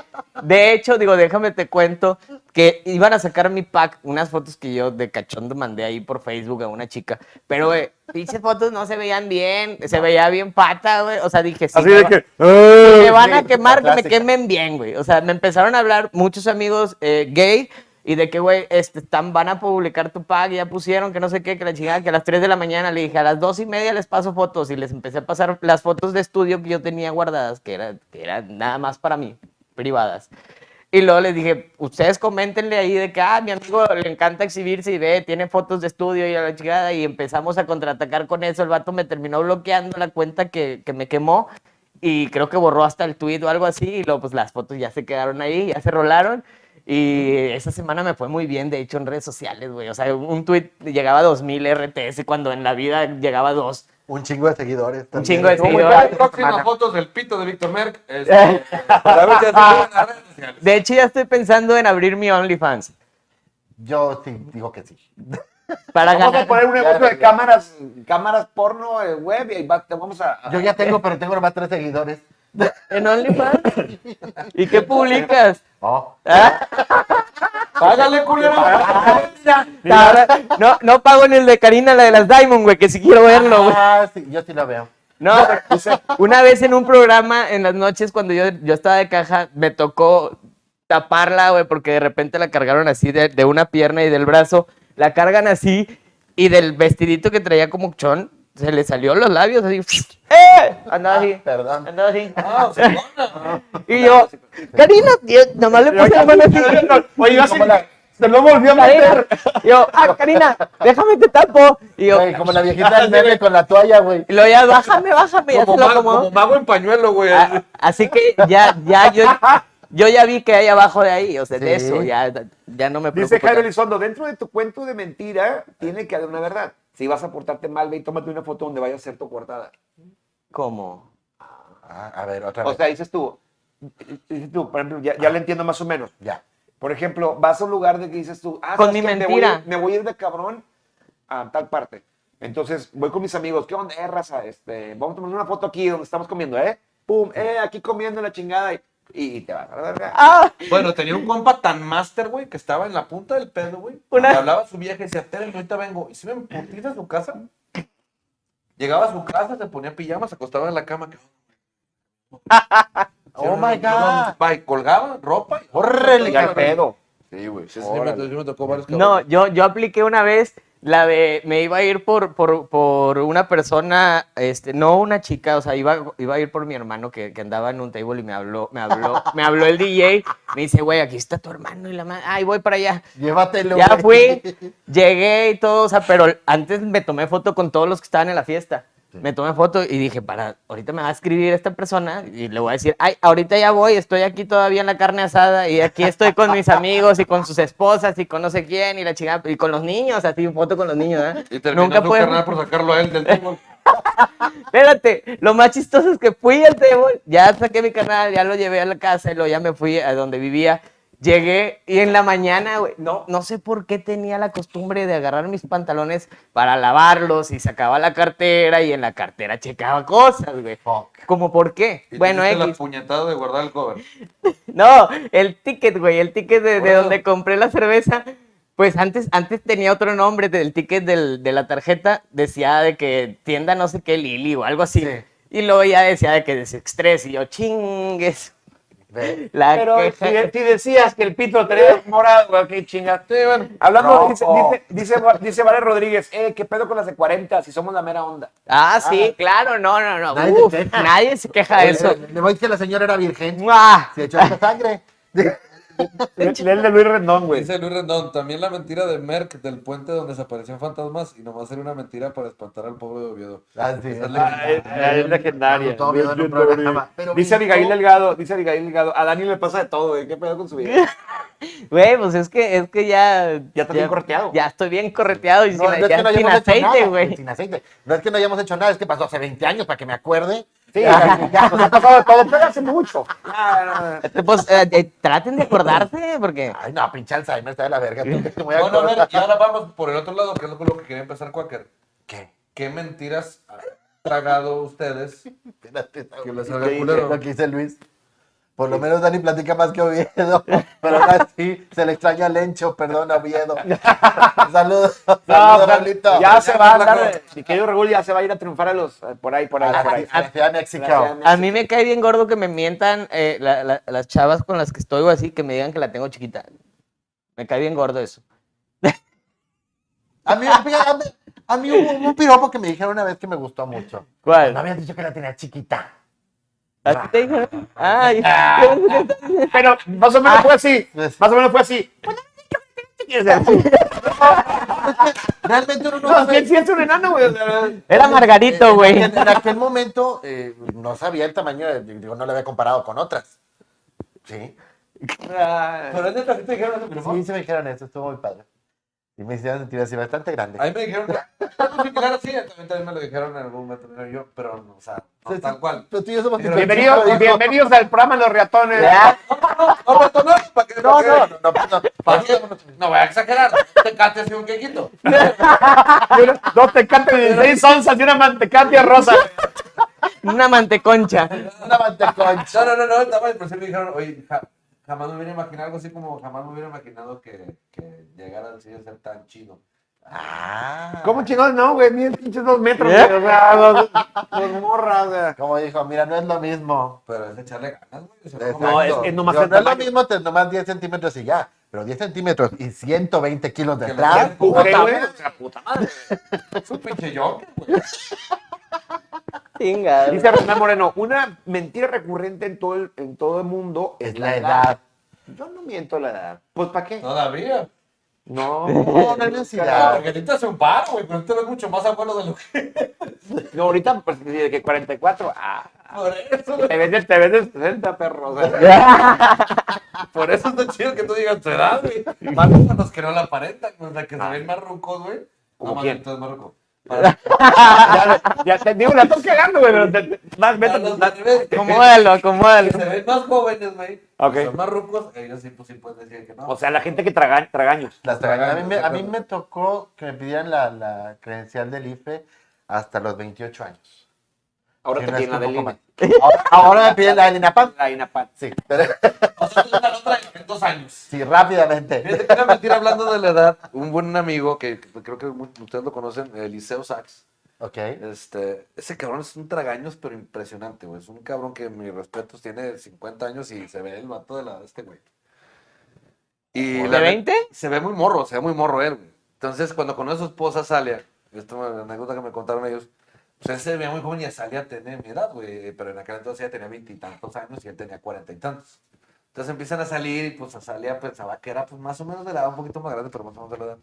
de hecho, digo, déjame te cuento que iban a sacar mi pack, unas fotos que yo de cachondo mandé ahí por Facebook a una chica, pero güey, pinches fotos no se veían bien, se veía bien pata, güey. O sea, dije, sí,
Así
me
de
va-
que.
me van a
sí,
quemar, que me
clásica.
quemen bien, güey. O sea, me empezaron a hablar muchos amigos eh, gay y de que, güey, este, están, van a publicar tu pack, ya pusieron, que no sé qué, que la chingada, que a las 3 de la mañana le dije, a las 2 y media les paso fotos y les empecé a pasar las fotos de estudio que yo tenía guardadas, que eran que eran nada más para mí, privadas. Y luego les dije, ustedes coméntenle ahí de que, ah, mi amigo le encanta exhibirse y ve, tiene fotos de estudio y a la chingada. Y empezamos a contraatacar con eso. El vato me terminó bloqueando la cuenta que, que me quemó y creo que borró hasta el tweet o algo así. Y luego, pues las fotos ya se quedaron ahí, ya se rolaron. Y esa semana me fue muy bien, de hecho, en redes sociales, güey. O sea, un tweet llegaba a 2000 RTS cuando en la vida llegaba a 2.
Un chingo de seguidores.
Un
también.
chingo de
Estuvo muy
seguidores.
padre esta
Próximas
semana.
fotos del pito de Víctor Merck.
*laughs*
este, para ver si así suben las redes sociales.
De hecho, ya estoy pensando en abrir mi OnlyFans
Yo sí digo que sí.
para
Vamos a
ganar.
poner un negocio
Ya,
de
ya.
cámaras, cámaras porno eh, web y ahí va- te vamos a.
Yo ya tengo, pero tengo nomás tres seguidores.
¿En OnlyFans? ¿Y qué publicas?
Oh.
¿Ah?
Págale, culero.
Ah,
No, no pago en el de Karina, la de las Diamond, güey, que si quiero verlo, güey.
Ah, sí, yo sí lo veo.
No, una vez en un programa, en las noches, cuando yo, yo estaba de caja, me tocó taparla, güey, porque de repente la cargaron así de, de una pierna y del brazo. La cargan así y del vestidito que traía como chón, se le salió los labios así. ¡Eh! Andaba así.
Perdón.
Andaba así.
Ah, o sea, no, no.
*laughs* Y yo, Karina, yo nomás le puse la mano así.
Oye, yo así se lo volvió a
Karina.
meter.
Y yo, ah, Karina, déjame te tapo. Y yo,
Güey, como la viejita del meme con la toalla, güey.
y luego ya, bájame, bájame. ya
Como,
se lo
ma-
acomodó.
como mago en pañuelo,
*laughs*
güey.
A- Ah, Así que ya, ya, yo, yo ya vi que hay abajo de ahí, o sea, de
Sí.
eso, ya, ya no me preocupa.
Dice Jairo Elizondo, dentro de tu cuento de mentira tiene que haber una verdad. Si vas a portarte mal, ve y tómate una foto donde vaya a ser tu cortada.
¿Cómo?
Ah, a ver, otra
O
vez.
sea, dices tú, dices tú, por ejemplo, ya, ya lo entiendo más o menos.
Ya.
Por ejemplo, vas a un lugar de que dices tú, ah,
Con
¿sabes
mi
qué? Me voy
mentira.
a ir- Me voy, a ir de cabrón a tal parte. Entonces, voy con mis amigos, ¿qué onda, eh, raza? Este, vamos a tomar una foto aquí donde estamos comiendo, ¿eh? Pum, eh, aquí comiendo la chingada y, y te vas a la verga.
Ah,
Bueno, tenía un compa tan master, güey, que estaba en la punta del pedo, güey.
Una-
Le hablaba a su vieja y decía, Teren, ahorita vengo. Y se me emputiza a su casa. Llegaba a su casa, se ponía pijama, se acostaba en la cama. que-
Oh my
Yo no-
God.
Va, y colgaba ropa. y-
Órrele,
Y al pedo.
Sí, güey. Sí, sí,
Órale.
me- sí me tocó varios
No, yo, yo apliqué una vez La de me iba a ir por, por, por una persona, este, no una chica, o sea, iba, iba a ir por mi hermano que, que andaba en un table y me habló, me habló, me habló el DJ, me dice, güey, aquí está tu hermano y la madre, ay, voy para allá.
Llévatelo.
Ya
güey.
fui, llegué y todo, o sea, pero antes me tomé foto con todos los que estaban en la fiesta. Me tomé foto y dije, para, ahorita me va a escribir esta persona y le voy a decir, ay, ahorita ya voy, estoy aquí todavía en la carne asada y aquí estoy con mis amigos y con sus esposas y con no sé quién y la chingada, y con los niños, así, foto con los niños, ¿eh?
Y terminó Nunca
Nunca
tu
puedes-
carnal por sacarlo a él del fútbol.
Espérate, lo más chistoso es que fui al table, ya saqué mi canal, ya lo llevé a la casa y luego ya me fui a donde vivía. Llegué y en la mañana, güey, no, no sé por qué tenía la costumbre de agarrar mis pantalones para lavarlos y sacaba la cartera y en la cartera checaba cosas, güey.
Fuck.
¿Como por qué?
Y
Bueno,
te hiciste la
X.
puñetada de guardar el cover.
No, el ticket, güey, el ticket de, de
Por eso.
donde compré la cerveza. Pues antes, antes tenía otro nombre del ticket del- de la tarjeta, decía de que tienda no sé qué Lili o algo así.
Sí.
Y luego ya decía de que de Sex Tres, y yo chingues.
Ve.
*laughs* La
Pero si,
queja.
si decías que el pito lo tenía morado, güey, qué chinga. Hablando, dice, dice, dice, dice Vale Rodríguez, eh, qué pedo con las de 40, si somos la
*laughs*
mera onda.
Ah, sí, claro, no, no, no.
Nadie
Nadie,
se queja.
nadie se queja de
Oye,
eso.
Le voy a decir que la señora era virgen.
¡Mua!
Se echó esta sangre.
El de Luis Rendón, güey.
Dice Luis Rendón, también la mentira de Merck del puente donde desaparecían fantasmas y nomás era una mentira para espantar al pobre de Oviedo.
Así
Esa es la-
Ah, es, es legendaria.
Todo bien en un programa. Pero
dice
brincó.
Abigail Delgado, dice Abigail Delgado, a Dani le pasa de todo, güey, qué pedo con su vida.
Güey, pues es que, es que ya.
Ya estás bien correteado.
Ya estoy bien correteado y sin,
No, no es
ya
que no
sin
hayamos hecho
aceite,
nada,
güey.
Sin aceite. No es que no hayamos hecho nada, es que pasó hace 20 años para que me acuerde.
Sí, ya, ya,
pues,
nos ha pasado de todo, pero hace mucho. Ah, no, no, no.
Pues eh, eh, traten de acordarse, porque.
Ay, no, pinche Alzheimer, está de la verga. tú. Me voy a
Bueno, a ver,
acordar.
y ahora vamos por el otro lado, que es lo con lo que quería empezar Quaker.
¿Qué?
¿Qué mentiras han tragado ustedes?
Espérate,
*laughs* Que les
¿qué
haga
dice
culero.
Lo que dice Luis. Por lo menos Dani platica más que Oviedo. *laughs* Pero ahora sí, se le extraña al Lencho, perdón, a *laughs* Oviedo. Saludos, saludos, Pablito.
ya se va a
flaco.
andar, mi querido Raúl ya se va a ir a triunfar a los, eh, por ahí, por ahí,
A
por
la-
ahí.
a la Ciudad de México.
A mí me cae bien gordo que me mientan eh, la- la- las chavas con las que estoy o así, que me digan que la tengo chiquita. Me cae bien gordo eso.
A mí, fíjate, a mí, a mí hubo hubo un piropo que me dijeron una vez que me gustó mucho. No
¿Cuál?
habías dicho que la tenía chiquita.
¿A ti te dijeron? Ay, yo pensé que estaba-
Pero más o menos fue así,
Pues,
más o menos fue así.
Realmente uno no
No,
sabe-
¿quién sí es un enano, güey? O sea,
era
Eh, en
Margarito, güey.
*laughs*
aquel- En aquel momento eh, no sabía el tamaño, de- digo, no lo había comparado con otras. Sí.
Pero es neta, ¿sí te dijeron eso, mi amor?
Sí, se me dijeron eso, estuvo muy padre. Y me hicieron sentir así bastante grande.
A mí me dijeron, *laughs* algo similar así, a mí también me lo dijeron en algún momento, pero yo, pero, no, o sea, no
Sí, sí.
tal cual.
Pero tú y yo somos
Pero
diferentes.
Bienvenidos, bienvenidos al programa Los Reatones.
No, pues, no, no, para
No,
que
no,
para que-
no, pues, no, no,
para
para-
que- no voy a exagerar, te cantes y un quequito.
Y uno- Dos tecates de seis onzas y una mantecatia rosa.
Una manteconcha.
una manteconcha.
No, no, no, no, estaba pero sí me dijeron, oye, ja- jamás me hubiera imaginado algo así como jamás me hubiera imaginado que, que llegara al cine a ser tan chido.
Ah.
¿Cómo chingados no, güey? Miren, pinches dos metros,
¿Eh?
güey. O sea, dos, dos morras, güey.
Como dijo, mira, no es lo mismo.
Pero es echarle ganas, güey. o sea,
Exacto.
como-
es- es nomás
Digo,
el
no es lo
tamaño.
mismo, te- nomás 10 centímetros y ya. Pero 10 centímetros y 120 kilos
Que
de
lo
atrás.
empuje,
Ah, puta
Güey, güey,
madre.
o sea, puta madre.
Es un pinche yo.
Chinga.
Dice Hernán Moreno, una mentira recurrente en todo el, en todo el mundo
Es la edad.
Yo no miento la edad. Pues, ¿para qué?
Todavía.
*laughs*
No,
No, no hay
Ah,
necesidad.
porque ahorita hace un par, güey, pero tú eres mucho más abuelo de lo que *laughs*
No, ahorita, pues, de que 44. Ah,
por eso, güey.
te ves de, te ves de 60, perro. o sea.
Por eso está chido que tú digas tu edad, güey. Más como los que no la aparentan, o sea, que se ven más rucos, güey.
¿Como
No,
Ah.
más
quién?
entonces
*laughs*
más ruco. Para-
ya te digo, la estoy cagando, güey, pero te- te- vas, vete.
para los del revés, que-
Acomódalo,
que
acomódalo.
se ven más jóvenes, güey.
Ok.
Son más rucos, ellos sí, pues, sí pueden decir que no.
O sea, la gente que traga, tragaños.
Las tragañas. a, mí, me- a mí me tocó que me pidieran la, la credencial del IFE hasta los 28 años.
Ahora
Sí,
te
no
piden
es
la
un
del
poco
INE.
más. Ahora, ahora me piden la del INAPAM.
La INAPAT.
Sí, pero *laughs*
O sea, tú la otra en dos años.
sí, rápidamente.
Fíjate que una mentira hablando de la edad. Un buen amigo que que creo que mu- ustedes lo conocen, Eliseo Sachs.
Ok.
Este, ese cabrón es un tragaños, pero impresionante, güey. Es un cabrón que, mis respetos, tiene 50 años y se ve el vato de la edad de este güey. Y
¿De
la-
20?
Se ve muy morro, se ve muy morro él, güey. Entonces, cuando conoce a su esposa, Salia, esto es una anécdota que me contaron ellos, pues él se veía muy joven y Salia tenía mi edad, güey, pero en aquel entonces ella tenía veintitantos años y él tenía cuarenta y tantos. Entonces empiezan a salir y pues Salia pensaba que era pues más o menos de la edad, un poquito más grande, pero más o menos de la edad.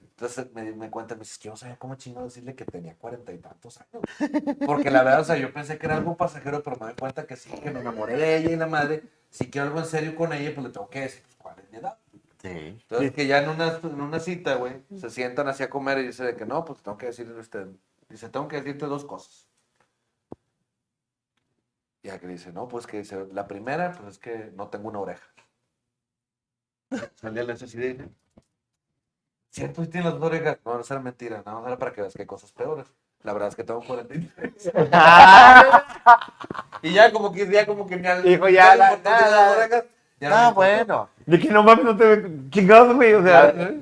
Entonces me, me cuenta, me dice, yo no sabía cómo chingado decirle que tenía cuarenta y tantos años. Porque la verdad, o sea, yo pensé que era algo pasajero, pero me doy cuenta que sí, que me enamoré de ella y la madre. Si quiero algo en serio con ella, pues le tengo que decir, pues, ¿cuál es mi edad?
Sí.
Entonces, que ya en una, en una cita, güey, se sientan así a comer y dice de que no, pues tengo que decirle a usted. Dice, tengo que decirte dos cosas. Ya que dice, no, pues que dice, la primera, pues es que no tengo una oreja. *laughs* Salía la necesidad y dice, ¿cierto? ¿Y tienes las dos orejas? No, no era mentira, nada más era para que veas que hay cosas peores. La verdad es que tengo
*laughs*
43. y ya como que, ya como que ni al...
Dijo, ya, la-
no tiene las
nada.
orejas, ya no
Ah,
me importó.
bueno.
De que no mames, no te chingados, güey. O
A
sea,
ver,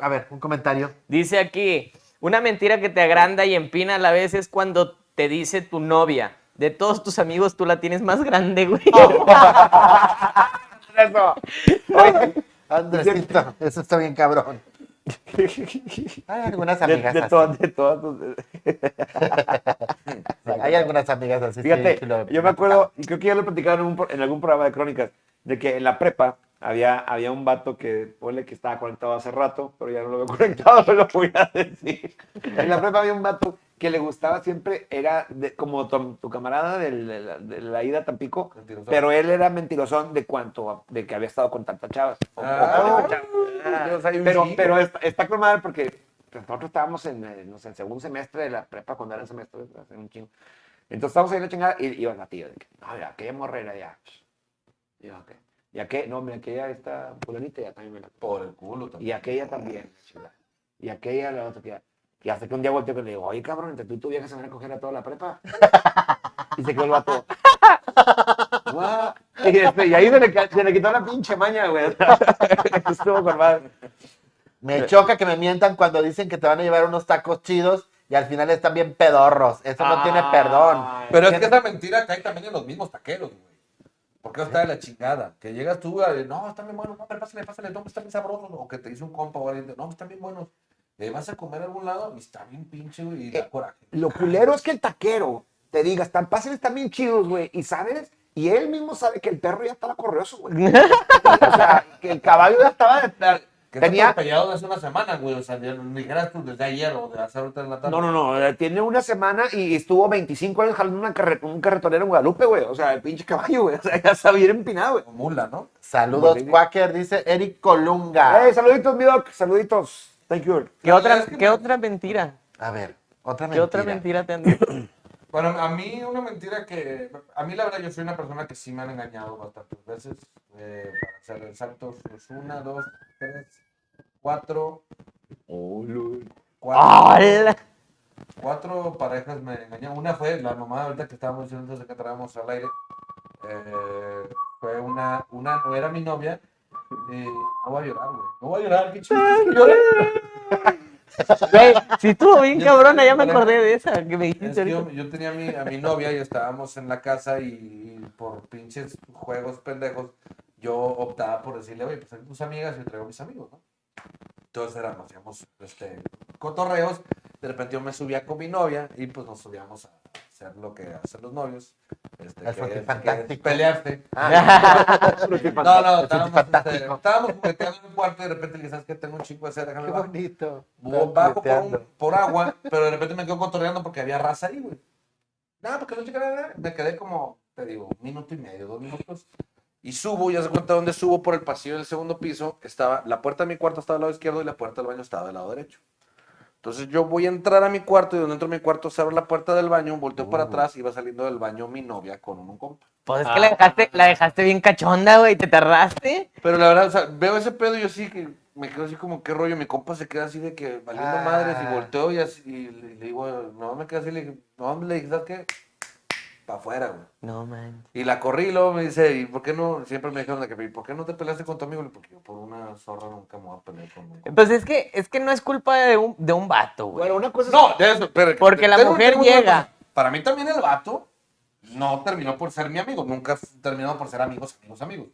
a ver, un comentario.
Dice aquí, una mentira que te agranda y empina a la vez es cuando te dice tu novia. De todos tus amigos, tú la tienes más grande, güey.
*laughs*
Eso.
Andresito, *laughs* eso está bien cabrón.
*laughs*
Hay algunas
de,
amigas
de
así.
todas, de todas. tus-
Hay algunas amigas así. sí,
Fíjate,
sí lo-
yo me acuerdo, y creo que ya lo platicaron en, un pro- en algún programa de crónicas, de que en la prepa había, había un vato que, ponle que estaba conectado hace rato, pero ya no lo veo *laughs* conectado, no lo podía decir. En la prepa había un vato que le gustaba siempre, era de- como tu, tu camarada del- de la, de la ida a Tampico,
Mentirosón.
pero él era mentirosón de cuánto, de que había estado con tantas chavas. o- o
Ah.
con esas chavas.
Dios, hay un
Pero,
chingo.
pero está, está con madre porque pues, nosotros estábamos en, eh, no sé, en segundo semestre de la prepa cuando era el semestre, hace un chingo. Entonces estábamos ahí en la chingada y iba la tía de que, no, mira, aquella morrera ya. Y yo, "Ok". Y aquella, no, mira, aquella esta fulanita ya también me la
Por el culo también.
Y aquella también, la chingada. Y aquella, la otra que Y hasta que un día volteo que le digo, oye, cabrón, entre tú y tu vieja se van a coger a toda la prepa. y se quedó el vato. "What?". y, este, y ahí se le, ca- se le quitó la pinche maña, güey. Estuvo con madre.
Me choca que me mientan cuando dicen que te van a llevar unos tacos chidos y al final están bien pedorros. Eso no tiene perdón.
Pero es que esa mentira cae también en los mismos taqueros, güey. Porque no está de la chingada. Que llegas tú a no, están bien buenos, hombre, pásale, pásale, no, están bien sabrosos. O que te dice un compa o alguien, no, están bien buenos. Le vas a comer a algún lado y está bien pinche, güey, y da coraje.
Lo culero es que el taquero te diga, están pases están bien chidos, güey. Y sabes, y él mismo sabe que el perro ya estaba correoso, güey. *laughs* o sea, que el caballo ya Ah. estaba.
Que
tenía-
tenía atropellado hace una semana, güey. O sea, ya no- ni dijeras tú desde ayer o de hace ahorita en la tarde.
No, no, no. eh, Tiene una semana y estuvo 25 años jalando una carre- un carretonero en Guadalupe, güey. O sea, el pinche caballo, güey. *laughs* O sea, ya está bien empinado, güey.
O mula, ¿no?
Saludos,
Bueno,
Quaker, dice Eric Colunga.
Hey, saluditos, mi doc. Saluditos. Thank you.
*laughs* ¿Qué otra, qué otra mentira?
A ver, otra
¿Qué
mentira.
otra mentira *laughs* te han dicho?
Bueno, a mí una mentira que... A mí la verdad yo soy una persona que sí me han engañado bastantes veces. Eh, para ser exactos, pues, una, dos, tres, cuatro... cuatro,
¡Hala!
cuatro parejas me engañaron. Una fue la mamá ahorita que estábamos diciendo antes de que entráramos al aire. Eh, fue una, una, no era mi novia. Y no voy a llorar, güey. No voy a llorar, qué chido. Llora.
Güey, si estuvo bien
Yo-
cabrona, ya me acordé de esa que me
Es
dijiste
que yo,
ahorita.
yo tenía a mi, a mi novia y estábamos en la casa y, por pinches juegos pendejos, yo optaba por decirle, oye, pues hay tus amigas y yo traigo a mis amigos, ¿no? Entonces éramos, hacíamos este, cotorreos, de repente yo me subía con mi novia y pues nos subíamos a hacer lo que hacen los novios. Este,
El frutifantástico. *laughs*
pelearte.
No,
No, Ah. no, estábamos, este,
frutifantástico.
estábamos jugueteando en un cuarto y de repente le dije, ¿sabes qué? Tengo un chico de hacer, déjame
Qué
bajar".
bonito.
Bo- bajo por, un- por agua, pero de repente me quedo cotorreando porque había raza ahí, güey. Nada, porque no checaron nada. Me quedé como, te digo, un minuto y medio, dos minutos. Y subo, ya se cuenta dónde subo por el pasillo del segundo piso. Estaba, la puerta de mi cuarto estaba al lado izquierdo y la puerta del baño estaba del lado derecho. Entonces yo voy a entrar a mi cuarto y donde entro a mi cuarto se abre la puerta del baño, volteo para atrás y va saliendo del baño mi novia con un compa.
Pues es que la dejaste, la dejaste bien cachonda, güey, te tardaste.
Pero la verdad, o sea, veo ese pedo y yo sí que me quedo así como, qué rollo, mi compa se queda así de que valiendo
Ah.
madres y volteo y, así, y le, le digo, no, me quedo así, le dije, no, le dije, ¿sabes qué? Pa' afuera, güey.
No, man.
Y la corrí y luego me dice, ¿y por qué no? Siempre me dijeron de que, "¿Y ¿por qué no te peleaste con tu amigo? Le digo, Porque yo por una zorra nunca me voy a pelear con un compa".
Pues es que, es que no es culpa de un, de un vato, güey.
Bueno, una cosa es.
No, de eso, pero-
Porque la
tengo-
mujer
tengo una
llega.
cosa. Para mí también el vato no terminó por ser mi amigo, nunca terminó por ser amigos, amigos, amigos.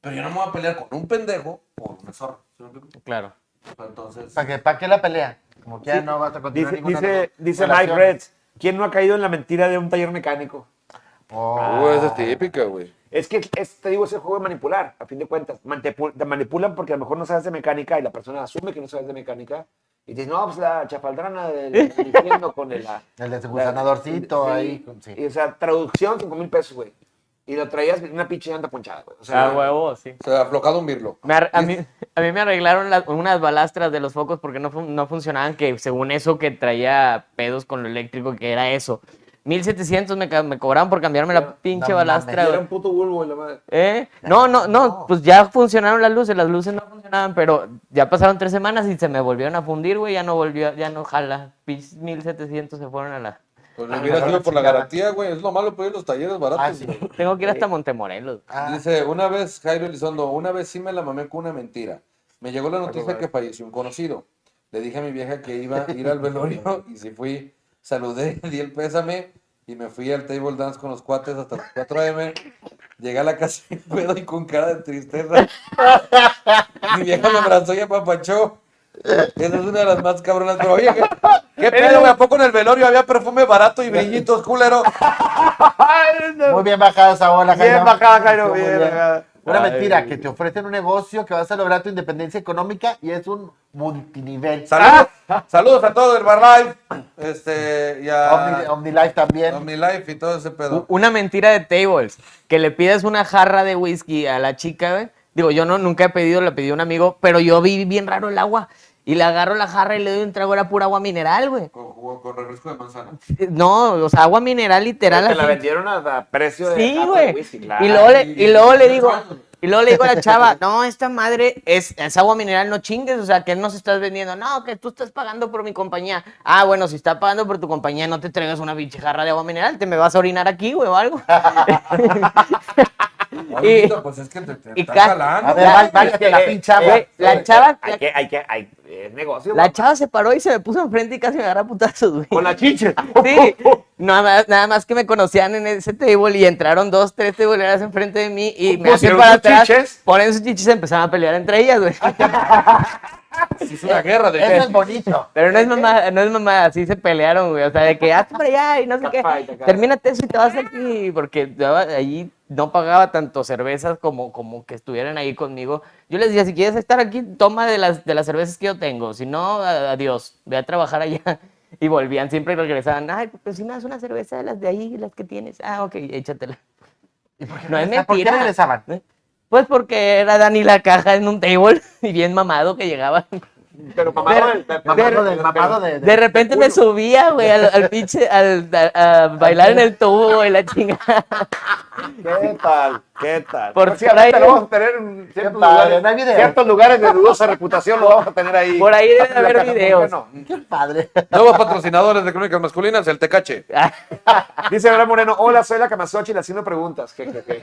Pero yo no me voy a pelear con un pendejo por una zorra. ¿sí me explico?
Claro.
Pues, entonces,
¿Para qué, pa' qué la pelea? Como que ya
Sí.
no vas a continuar
Dice,
ninguna
dice, dice Mike
relación.
Reds, ¿quién no ha caído en la mentira de un taller mecánico?
Ah,
Oh,
Uh, esa es típica, güey.
Es que, es- te digo, es el juego de manipular, a fin de cuentas. Manipu- te manipulan porque a lo mejor no sabes de mecánica y la persona asume que no sabes de mecánica. Y dices, no, pues la chafaldrana del
*laughs*
diciendo con el... la-
el de su
la-
gusanadorcito
sí.
ahí. con- sí.
Y, o sea, traducción, 5 mil pesos, güey. Y lo traías una pinche llanta ponchada, güey. O sea,
Ah, huevo, sí.
se ha aflojado un Pues, virlo.
Me ar- a, mí, a mí me arreglaron las- unas balastras de los focos porque no, fun- no funcionaban, que según eso que traía pedos con lo eléctrico, que era eso. 1700 me, ca- me cobraron por cambiarme la pinche
no
balastra.
mames,
güey.
Era un puto bulbo y la madre.
¿Eh? No, no, no, pues ya funcionaron las luces, las luces no funcionaban, pero ya pasaron tres semanas y se me volvieron a fundir, güey, ya no volvió, ya no jala. Pis- 1700 se fueron a la...
Pues lo hubiera sido por la garantía, güey. Es lo malo por ir a los talleres baratos.
Ah, sí.
güey.
Tengo que ir hasta Montemorelos.
Ah,
Dice, una vez, Jairo Elizondo, una vez sí me la mamé con una mentira. Me llegó la noticia que falleció un conocido. Le dije a mi vieja que iba a ir al velorio y si fui, saludé, *laughs* di el pésame y me fui al table dance con los cuates hasta las 4 a.m. Llegué a la casa *laughs* en pedo y con cara de tristeza. mi vieja me abrazó y apapachó. Esa es una de las más cabronas. Pero oye, ¿qué, qué pedo? güey? ¿A poco en el velorio había perfume barato y brillitos, culero?
muy bien bajada esa bola,
Bien
Jairo.
bajada, Jairo,
Muy
bien bajada.
Una
Ay.
mentira, que te ofrecen un negocio que vas a lograr tu independencia económica y es un multinivel.
Saludos,
Ah.
saludos a todo el Bar Life. Este, y
Omni-
a
OmniLife también.
OmniLife y todo ese
U-
pedo.
Una mentira de tables, que le pidas una jarra de whisky a la chica, güey. Digo, yo no, nunca he pedido, la pidió un amigo, pero yo vi bien raro el agua. Y le agarro la jarra y le doy un trago, era pura agua mineral, güey.
Con, jugo- con regreso de manzana.
Eh, No, o sea, agua mineral literal.
te
así.
la vendieron a, a precio de...
Sí,
lata de
güey.
whisky,
Y
claro.
luego le, y luego le
Y-
digo, y luego le digo a la chava, no, esta madre es, es agua mineral, no chingues, o sea, que nos estás vendiendo, no, que tú estás pagando por mi compañía. Ah, bueno, si está pagando por tu compañía, no te traigas una pinche jarra de agua mineral, te me vas a orinar aquí, güey, o
*laughs*
algo.
Oye, Vito, pues es que te, te
y
están
ca-
jalando.
A ver,
La-
va- váyate la pinche agua.
Güey, la chava,
eh, Hay
la,
que, hay que, hay, es negocio.
la
güey.
chava se paró y se me puso enfrente y casi me agarra a putazos, güey.
Con
*laughs*
la chicha.
Sí, nada más, nada más que me conocían en ese table y entraron dos, tres tableras enfrente de mí y me hacían
¿Pusieron
para
sus
atrás,
chiches?
ponen sus chichis y empezaban a pelear entre ellas,
*laughs*
güey.
Sí, es una guerra de
Eso es bonito.
Pero no es mamá, no es mamá, así se pelearon, güey, o sea, de que hazte para allá y no sé qué,
Capaz, capaz.
termínate eso y te vas de aquí, porque yo allí no pagaba tanto cervezas como, como que estuvieran ahí conmigo. Yo les decía, si quieres estar aquí, toma de las, de las cervezas que yo tengo, si no, a- adiós, ve a trabajar allá. Y volvían siempre y regresaban, ay, pues si me das una cerveza de las de ahí, las que tienes, ah, ok, échatela.
¿Y por qué
No es
regresa-
mentira.
¿Por qué regresaban?
¿Eh? Pues porque era Dani la caja en un table *laughs* y bien mamado que llegaba.
Pero mamado
Ver-
del- del-
Mamado
del-
de, mamado de,
De repente me subía, güey, al,
*laughs*
al pinche, al, a, a bailar en el tubo, güey, la chingada.
¿Qué tal? ¿Qué tal?
Por
Pues sí, ahorita
ahí-
lo vamos a tener en ciertos,
padre,
lugares,
no hay video.
ciertos lugares de dudosa reputación, lo vamos a tener ahí.
Por ahí debe
La
haber
caja, ¿por qué
videos.
no?
Qué padre.
Nuevos patrocinadores de Crónicas Masculinas, el Tecache.
Dice Abraham Moreno, hola, soy la Camasochi, le haciendo preguntas. Je, je, je.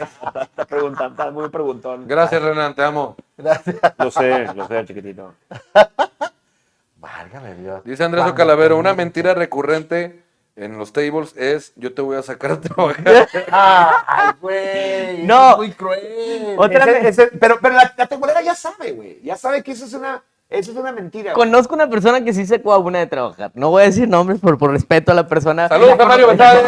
Está preguntando, está muy preguntón.
Gracias, Renan, te amo.
Gracias.
Lo sé, lo sé, chiquitito.
Válgame Dios.
Dice Andrés Ocalavero, una mentira recurrente en los tables es yo te voy a sacar *laughs* a trabajar.
Ah, ay, güey.
No.
es muy cruel.
Otra
Ese-
men-
ese- pero pero la, la temporera ya sabe, güey. Ya sabe que eso es una, eso es una mentira.
*laughs*
güey.
Conozco una persona que sí se coaguna de trabajar. No voy a decir nombres por, por respeto a la persona.
Saludos a Mario Betal.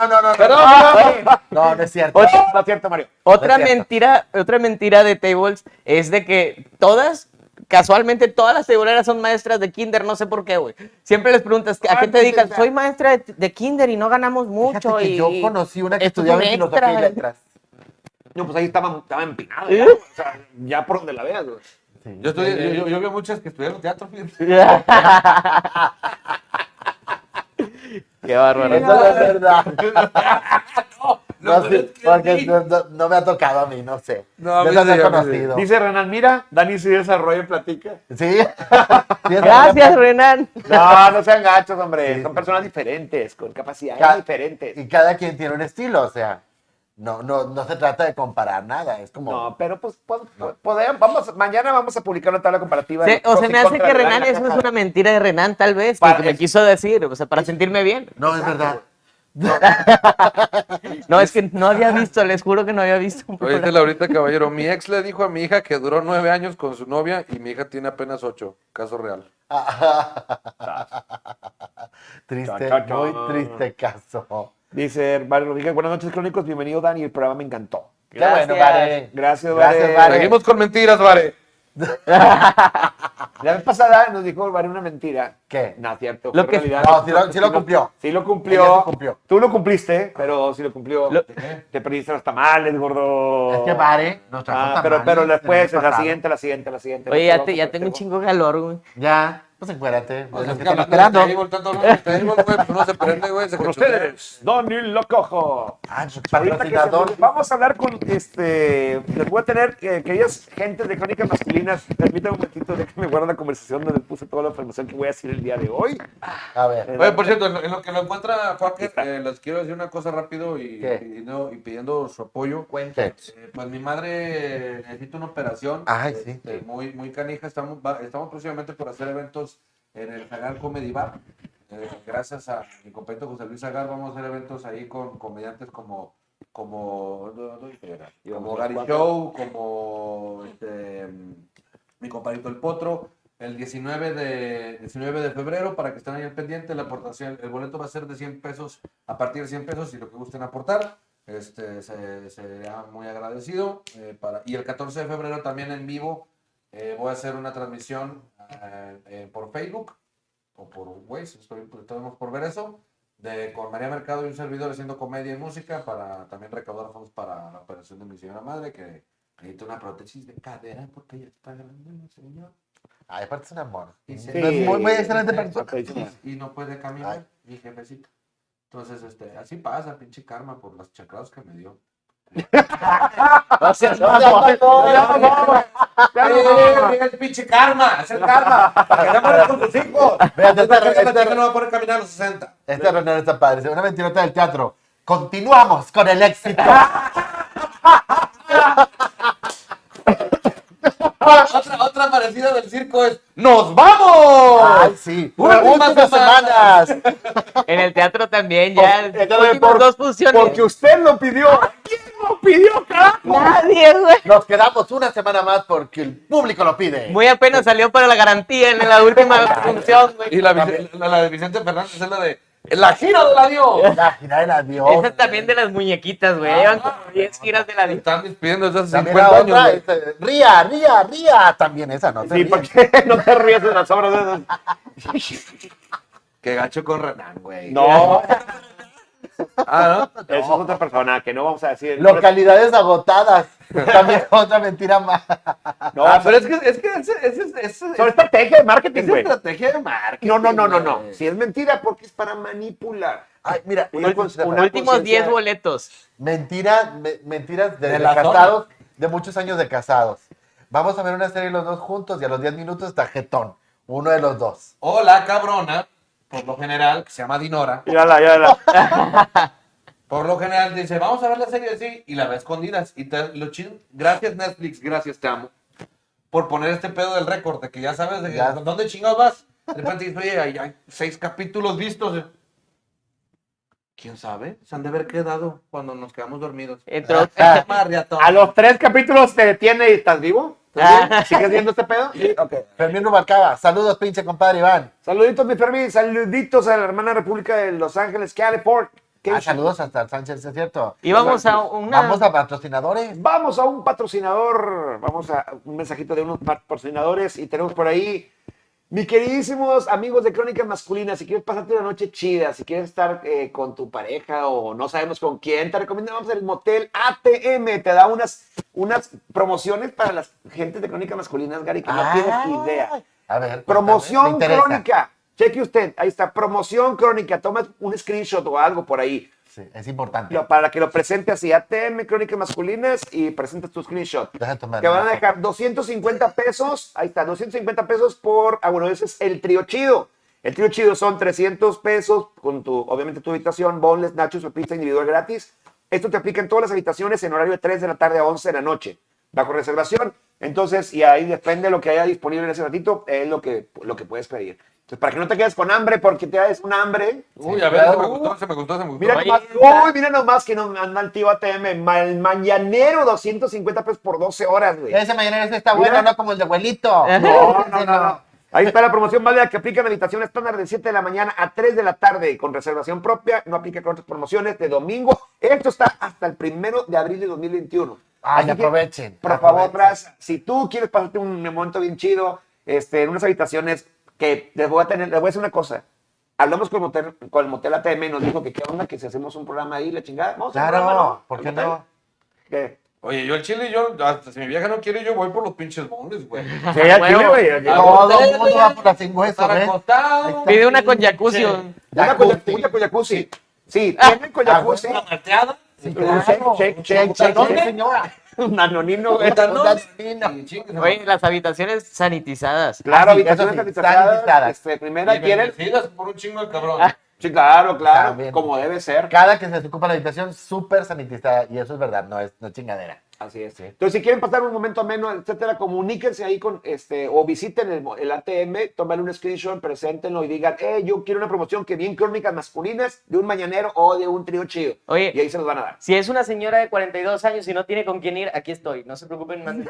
No, no, no.
Perdón,
Oye, No, no es cierto.
No es cierto, Mario.
Otra
No es cierto.
mentira, otra mentira de tables es de que todas, casualmente todas las tableras son maestras de kinder, no sé por qué, güey. Siempre les preguntas, ¿a qué te dedicas? Soy maestra de, de kinder y no ganamos
Fíjate
mucho.
que
y,
yo conocí una que
esto es
estudiaba
un
en filosofía y
extra".
letras.
No, pues ahí estaba, estaba empinado.
¿Eh?
ya, güey. o sea, ya por donde la veas, güey.
Yo, estudié- yo, yo- yo vi muchas que estudiaron teatro. fíjate.
Qué bárbaro.
Eso no es verdad.
No,
No,
pero
sí,
es que
porque
sí.
no, no- no me ha tocado a mí, no sé.
No, a
yo
mí
no
sí,
lo he
a mí sí.
conocido.
Dice Renan, mira, Dani sí desarrolla y platica.
Sí. *laughs*
Gracias, Renan.
No, no sean gachos, hombre.
Sí,
Son
sí.
personas diferentes, con capacidades
Ca-
diferentes.
Y cada quien tiene un estilo, o sea, no, no, no se trata de comparar nada, es como...
No, pero pues, pod- podemos- vamos, mañana vamos a publicar una tabla comparativa. de
Se- o
pros
se
y
me hace
contras
que
de la
Renan,
caja.
eso es una mentira de Renan, tal vez, que
Para-
me
es-
quiso decir, o sea, para sentirme bien.
No, es verdad.
No, es que no había visto, les juro que no había visto. un
Oye,
este
dice
programa.
Laurita Caballero, mi ex le dijo a mi hija que duró nueve años con su novia y mi hija tiene apenas ocho. Caso real.
triste,
Cha, cha, cha.
muy triste caso.
Dice Vale Rodríguez, buenas noches, crónicos. Bienvenido, Dani. El programa me encantó.
Qué bueno, Vare.
Gracias,
Gracias,
Vare.
Vare.
Seguimos con mentiras, Vare.
La vez pasada nos dijo Vare una mentira.
¿Qué?
No, cierto.
Lo
fue
que-
realidad.
No, sí lo- sí lo cumplió.
Sí lo
Ella sí
cumplió.
cumplió.
Tú lo cumpliste, pero sí lo cumplió.
Lo-
Te perdiste los tamales, gordo.
Es que Vare nos trajo
Oh. Ah, pero,
tamales
pero
el
después,
mes
la
pasado.
siguiente, la siguiente, la siguiente.
Oye,
No te
ya, te-
lo
ya tengo un
contesto.
chingo de calor, güey.
Ya, pues encuérdate. Es lo que están
Esperando.
esperando.
no se prende, güey. se
Con
cachutea.
ustedes, Donny Locojo.
Ah,
Ahorita que se-
patrocinador.
vamos a hablar con este. Les voy a tener, eh, queridas gentes de crónicas masculinas, permítanme un momentito de que me guarden la conversación donde puse toda la información que voy a decir el día de hoy.
A ver.
Oye, por cierto, en lo, en lo que lo encuentra Quaker, eh, les quiero decir una cosa rápido y,
¿Qué?
pidiendo, y pidiendo su apoyo.
¿Qué?
Eh, pues mi madre eh, necesita una operación.
Ay, sí.
este, Muy, muy canija. Estamos, va- estamos próximamente por hacer eventos en el Zagar Comedy Bar. Eh, gracias a mi compañero José Luis Zagar, vamos a hacer eventos ahí con comediantes como como, no, no, espera, como Gary Show, como este, mm, mi compadrito El Potro, el 19 de, 19 de febrero, para que estén ahí al pendiente, la aportación, el boleto va a ser de 100 pesos, a partir de 100 pesos, si lo que gusten aportar, este, se, será muy agradecido. eh, para, y el 14 de febrero también en vivo eh, voy a hacer una transmisión eh, eh, por Facebook o por Waze, estoy, estamos por ver eso, de, con María Mercado y un servidor haciendo comedia y música para también recaudar fondos para la operación de mi señora madre que necesita una prótesis de cadera porque ella está grande, mi señor,
Ay, aparte es un amor.
Sí, sí.
Es muy, muy excelente persona.
y no puede caminar, mi jefecita. Entonces, este, así pasa, pinche karma, por las chacradas que me dio. ¡Eh, el pinche karma! ¡Es el *laughs* karma! ¡Para que se mueran con sus hijos!
Vean,
Esta
esta-
chica- esta
esta-
chica no va a poder caminar a los 60.
Esta este, reunión está padre. Una mentirota del teatro. Continuamos con el éxito.
Otra, otra parecida del circo es ¡Nos vamos!
Ay, sí.
Última
Últimas dos
semana.
semanas.
En el teatro también, ya.
Por- entonces,
últimas
por-
dos funciones.
Porque usted lo pidió. ¿Quién lo pidió, carajo?
Nadie, güey.
Nos quedamos una semana más porque el público lo pide.
Muy apenas salió para la garantía en la
*laughs*
última función, güey.
*laughs* Y la, Vic- la, la de Vicente Fernández es la de La gira del
*laughs*
adiós.
La gira del adiós.
Esa también de las muñequitas, güey. Llevan como 10 giras de la
Me
vida.
Están despidiendo desde hace
También la
50 años.
otra,
güey.
este, ría, ría, ría. También esa, ¿no? se
Sí,
ríen.
¿para qué *laughs* no te ríes de las obras de esas?
Qué gacho con Renan, güey.
No,
Ah,
*laughs*
¿no?
eso es otra persona que no vamos a decir.
Localidades agotadas. También *laughs* otra mentira más.
No,
Ah,
pero
pero es que es que ese, ese, ese- ese-
son estrategia de marketing,
es
güey.
estrategia de marketing.
No, no, no, no, no.
güey.
Si es mentira, porque es para manipular.
Ay, mira,
Una
una
con-
cosa,
una-
Últimos
conciencia-
10 boletos.
mentira- me- mentiras de,
De
de
la zona.
casados, de muchos años de casados. Vamos a ver una serie los dos juntos y a los 10 minutos está jetón. Uno de los dos.
O la cabrona, por lo general, que se llama Dinora,
Mírala, mírala.
por lo general dice, vamos a ver la serie así, y la ve a escondidas. Y te- lo chido, gracias Netflix, gracias, te amo, por poner este pedo del récord, de que ya sabes de
Ya.
dónde chingados vas. De repente dices, oye, hay, hay seis capítulos vistos. eh". ¿Quién sabe? Se han de haber quedado cuando nos
*laughs*
quedamos dormidos.
Ah,
Entró.
Ay, marriatón.
A los tres capítulos te detiene y estás vivo. ¿Estás vivo?
Ah.
¿Sigues viendo este pedo?
Fermín Rubalcaba, saludos, pinche compadre Iván.
Saluditos, mi Fermín. Saluditos a la hermana República de Los Ángeles, California.
Ah, saludos hasta el Sánchez, es cierto.
Íbamos a una.
Vamos a patrocinadores.
Vamos a un patrocinador. Vamos a un mensajito de unos patrocinadores y tenemos por ahí. Mi queridísimos amigos de Crónicas Masculinas, si quieres pasarte una noche chida, si quieres estar eh, con tu pareja o no sabemos con quién, te recomendamos el motel ATM. Te da unas, unas promociones para las gentes de Crónicas Masculinas, Gary, que
Ah,
no tienes idea.
A ver.
Promoción
cuéntame, me interesa.
crónica. Cheque usted, ahí está, promoción crónica. Toma un screenshot o algo por ahí
Sí, es importante.
lo- para que lo presente así. ATM Crónicas Masculinas y presentas tu screenshot.
Deja tomar
Te van a
una
dejar 250 pesos. Ahí está, 250 pesos por. Ah, bueno, ese es el trío chido. El trío chido son 300 pesos con tu, obviamente, tu habitación, boneless, nachos o pizza individual gratis. Esto te aplica en todas las habitaciones en horario de 3 de la tarde a 11 de la noche. Bajo reservación, Entonces, y ahí depende de lo que haya disponible en ese ratito, es lo que, lo que puedes pedir. Entonces, para que no te quedes con hambre, porque te das un hambre.
Uy, a ver, se me gustó, se me gustó, se me gustó.
Mira
Ahí
nomás,
está.
uy, mira nomás que nos manda el tío ATM, ma- el mañanero, 250 pesos por 12 horas, güey.
Ese mañana está
Mira.
bueno, no como el de abuelito.
*laughs* No, no,
Ese
no, no. Ahí está la promoción válida que aplica meditación estándar de 7 de la mañana a 3 de la tarde con reservación propia. No aplica con otras promociones de domingo. Esto está hasta el primero de abril de 2021.
Ay,
Así que,
aprovechen.
Por favor,
aprovechen.
Bras, si tú quieres pasarte un momento bien chido, este, en unas habitaciones que les voy a tener, les voy a decir una cosa. Hablamos con el motel, con el motel ATM y nos dijo que qué onda, que si hacemos un programa ahí, la chingada. Vamos a hacer un programa,
Claro, ¿por qué
¿Al motel?
no? *laughs*
¿Qué?
Oye, yo el chile, yo, hasta si mi vieja no quiere, yo voy por los pinches
*laughs*
moles, güey.
Sí, al chile, güey, al chile.
Todo el mundo va por las sin hueso,
Estar
¿eh?
acostado.
Pide una con jacuzzi. o-
Una con Ah, jacuzzi. Una con jacuzzi. Sí, tienen con jacuzzi.
Una marteada.
Sí,
Un check,
claro.
check,
Un
check,
check,
check,
¿dónde,
check.
señora?
Un anonino, güey.
Putanón.
Putanón.
Y chingue su
Oye,
madre.
las habitaciones sanitizadas.
Claro,
Ah, sí,
habitaciones
eso sí,
sanitizadas.
sanitizadas.
Este, primera
Y
quieren.
bendecidas por un chingo de cabrón.
Sí, claro, claro.
También.
Como debe ser.
Cada que se ocupa la habitación, súper sanitizada. Y eso es verdad, no es, no es chingadera.
Así es. Entonces, si quieren pasar un momento ameno, etcétera, comuníquense ahí con este o visiten el, el ATM, tomen un screenshot, preséntenlo y digan, eh, yo quiero una promoción que bien crónicas masculinas de un mañanero o de un trío chido.
Oye.
Y ahí se los van a dar.
Si es una señora de 42 años y no tiene con quién ir, aquí estoy. No se preocupen.
*laughs*
manden-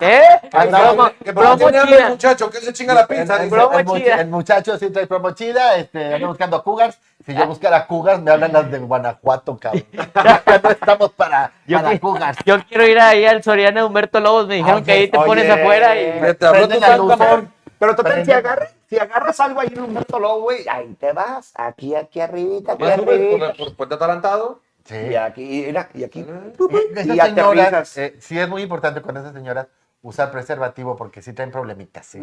¿Eh?
Andaba-
Promo-
Que por
promo
qué tiene hambre el
chida.
muchacho, que se chinga la pizza.
el,
dice.
promo
el much-
chida.
el muchacho sí trae promo chida, este, ando buscando a Cougars. Si yo buscara Cougars, me hablan las de Guanajuato,
*laughs*
cabrón. Ya no estamos para,
Yo
para
que-
Cougars.
Yo quiero ir ahí al Soriana de Humberto Lobos. Me dijeron
Oye,
que ahí te pones
oye.
afuera y.
Que te habló
Prende
tu
la
santo
luz, ¿eh?
amor.
Pero total, si
Prende.
agarras, si agarras algo ahí en un Lobo, güey, ahí te vas. Aquí, aquí arribita, aquí
Más subes por
arribita.
la- por Puente Atalantado.
Sí.
Y aquí, y mira, y aquí.
Mm.
Eh,
Y
esas señoras,
aterrizas.
eh, sí es muy importante con esas señoras usar preservativo porque sí traen problemitas. ¿sí?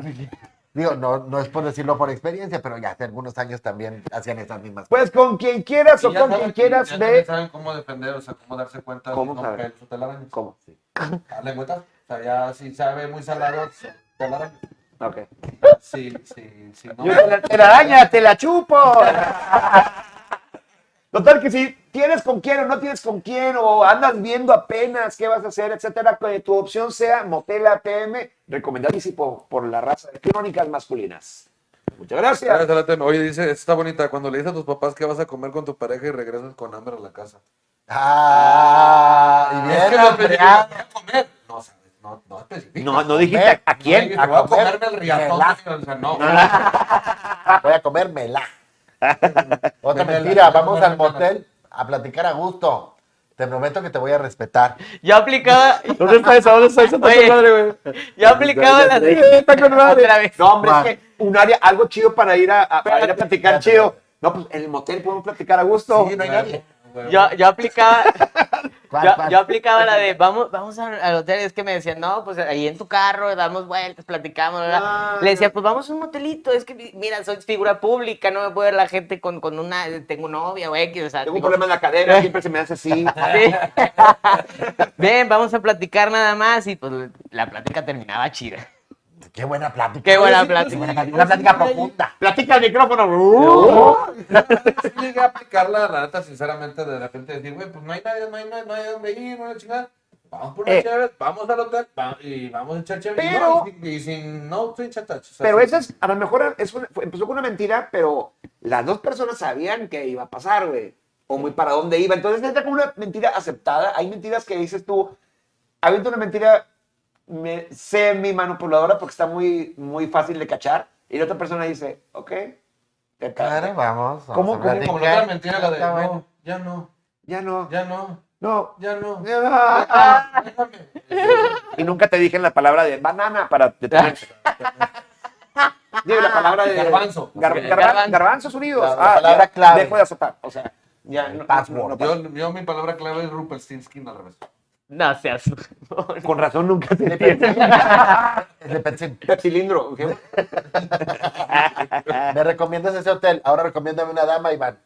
Digo, no, no es por decirlo por experiencia, pero ya hace algunos años también hacían esas mismas
Pues con quien quieras o
Y ya
con
saben-
quien quieras,
ya
ve.
también saben cómo defender, o sea, cómo darse cuenta
¿Cómo
de
saber?
que te telarañas.
¿Cómo?
Dale cuenta. O sea, ya si sabe muy salado, se telaraña.
Ok.
Sí, sí, sí. No,
Yo te la, te la araña, te la chupo. *laughs* Total que si tienes con quién o no tienes con quién o andas viendo apenas qué vas a hacer, etcétera, que tu opción sea Motel ATM, recomendadísimo por la raza de crónicas masculinas. Muchas gracias.
Gracias, Alatón. Oye, dice, esta está bonita. Cuando le dices a tus papás que vas a comer con tu pareja y regresas con hambre a la casa.
Ah, y bien
Es que lo
hambreado.
especificas, voy a comer. No sabes, no, no especificas.
No, no dijiste a, a
No
quién.
digas, voy a
comer?
comerme el riatón.
Relajo.
O sea, no.
Voy a comérmela. Otra
Mémela,
mentira,
mémela,
vamos al
mémela.
motel a platicar a gusto. Te prometo que te voy a respetar.
Yo aplicaba.
¿Dónde está esa? ¿Dónde está esa?
Oye.
Está con madre, güey.
Yo aplicaba la.
Está con madre.
Otra
*laughs*
vez.
No, hombre,
Man.
es que un área, algo chido para ir a, a- para ir a
Espérate,
platicar
espérate.
chido. No, pues en el motel podemos platicar a gusto.
Sí, no hay nadie.
Yo, yo aplicaba.
¿Cuál,
yo,
cuál?
yo aplicaba la de vamos, vamos a- al hotel. Es que me decían, no, pues ahí en tu carro, damos vueltas, platicamos. bla, bla".
Ah.
Le decía, pues vamos a un motelito. Es que mi- mira, soy figura pública, no me puede ver la gente con, con una. Tengo novia o X. O sea,
Tengo un
digo, *laughs*
problema en la
Eh.
cadera, siempre se me hace así. *laughs*
Sí. Ven, vamos a platicar nada más. Y pues la plática terminaba chida.
Qué buena plática.
Qué buena plática.
Qué buena plática, Una plática profunda.
Platica al micrófono. Uh,
Sí llegué a aplicarla, la neta, sinceramente, de repente decir, güey, pues no hay nadie, no hay, no hay, no hay dónde ir, no hay chingada. Vamos por una
Eh.
chévere, vamos al hotel va- y vamos a echar chévere. Y
Pero-
no, y, sin- y sin, no, sin chatachos. o sea,
Pero
sin-
eso es, a lo mejor es una- fue- empezó con una mentira, pero las dos personas sabían que iba a pasar, güey. O muy para dónde iba. Entonces está como una mentira aceptada. Hay mentiras que dices tú, habiendo una mentira me- semi-manipuladora porque está muy, muy fácil de cachar. Y la otra persona dice, ok,
Claro,
te claro.
vamos. vamos
¿Cómo,
a
cómo,
platicar.
Como la otra mentira, la de,
Está bueno.
no, ya no,
ya no,
ya no,
no.
ya no.
ya no, ah".
Déjame.
*laughs* Y nunca te dije la palabra de banana para detener. Dime la palabra de
Garbanzo.
Gar-
Garbanzo.
garban- garbanzos unidos.
La- la
Ah,
palabra
ya,
clave.
Dejo de azotar. O sea, ya no,
password.
no- no-
Yo, yo mi palabra clave es Rumpelstiltskin al revés.
No seas.
con razón nunca te entiendes.
Le pensé,
cilindro. ¿ok?
Me recomiendas ese hotel. Ahora recomiéndame una dama,
*laughs*
Iván.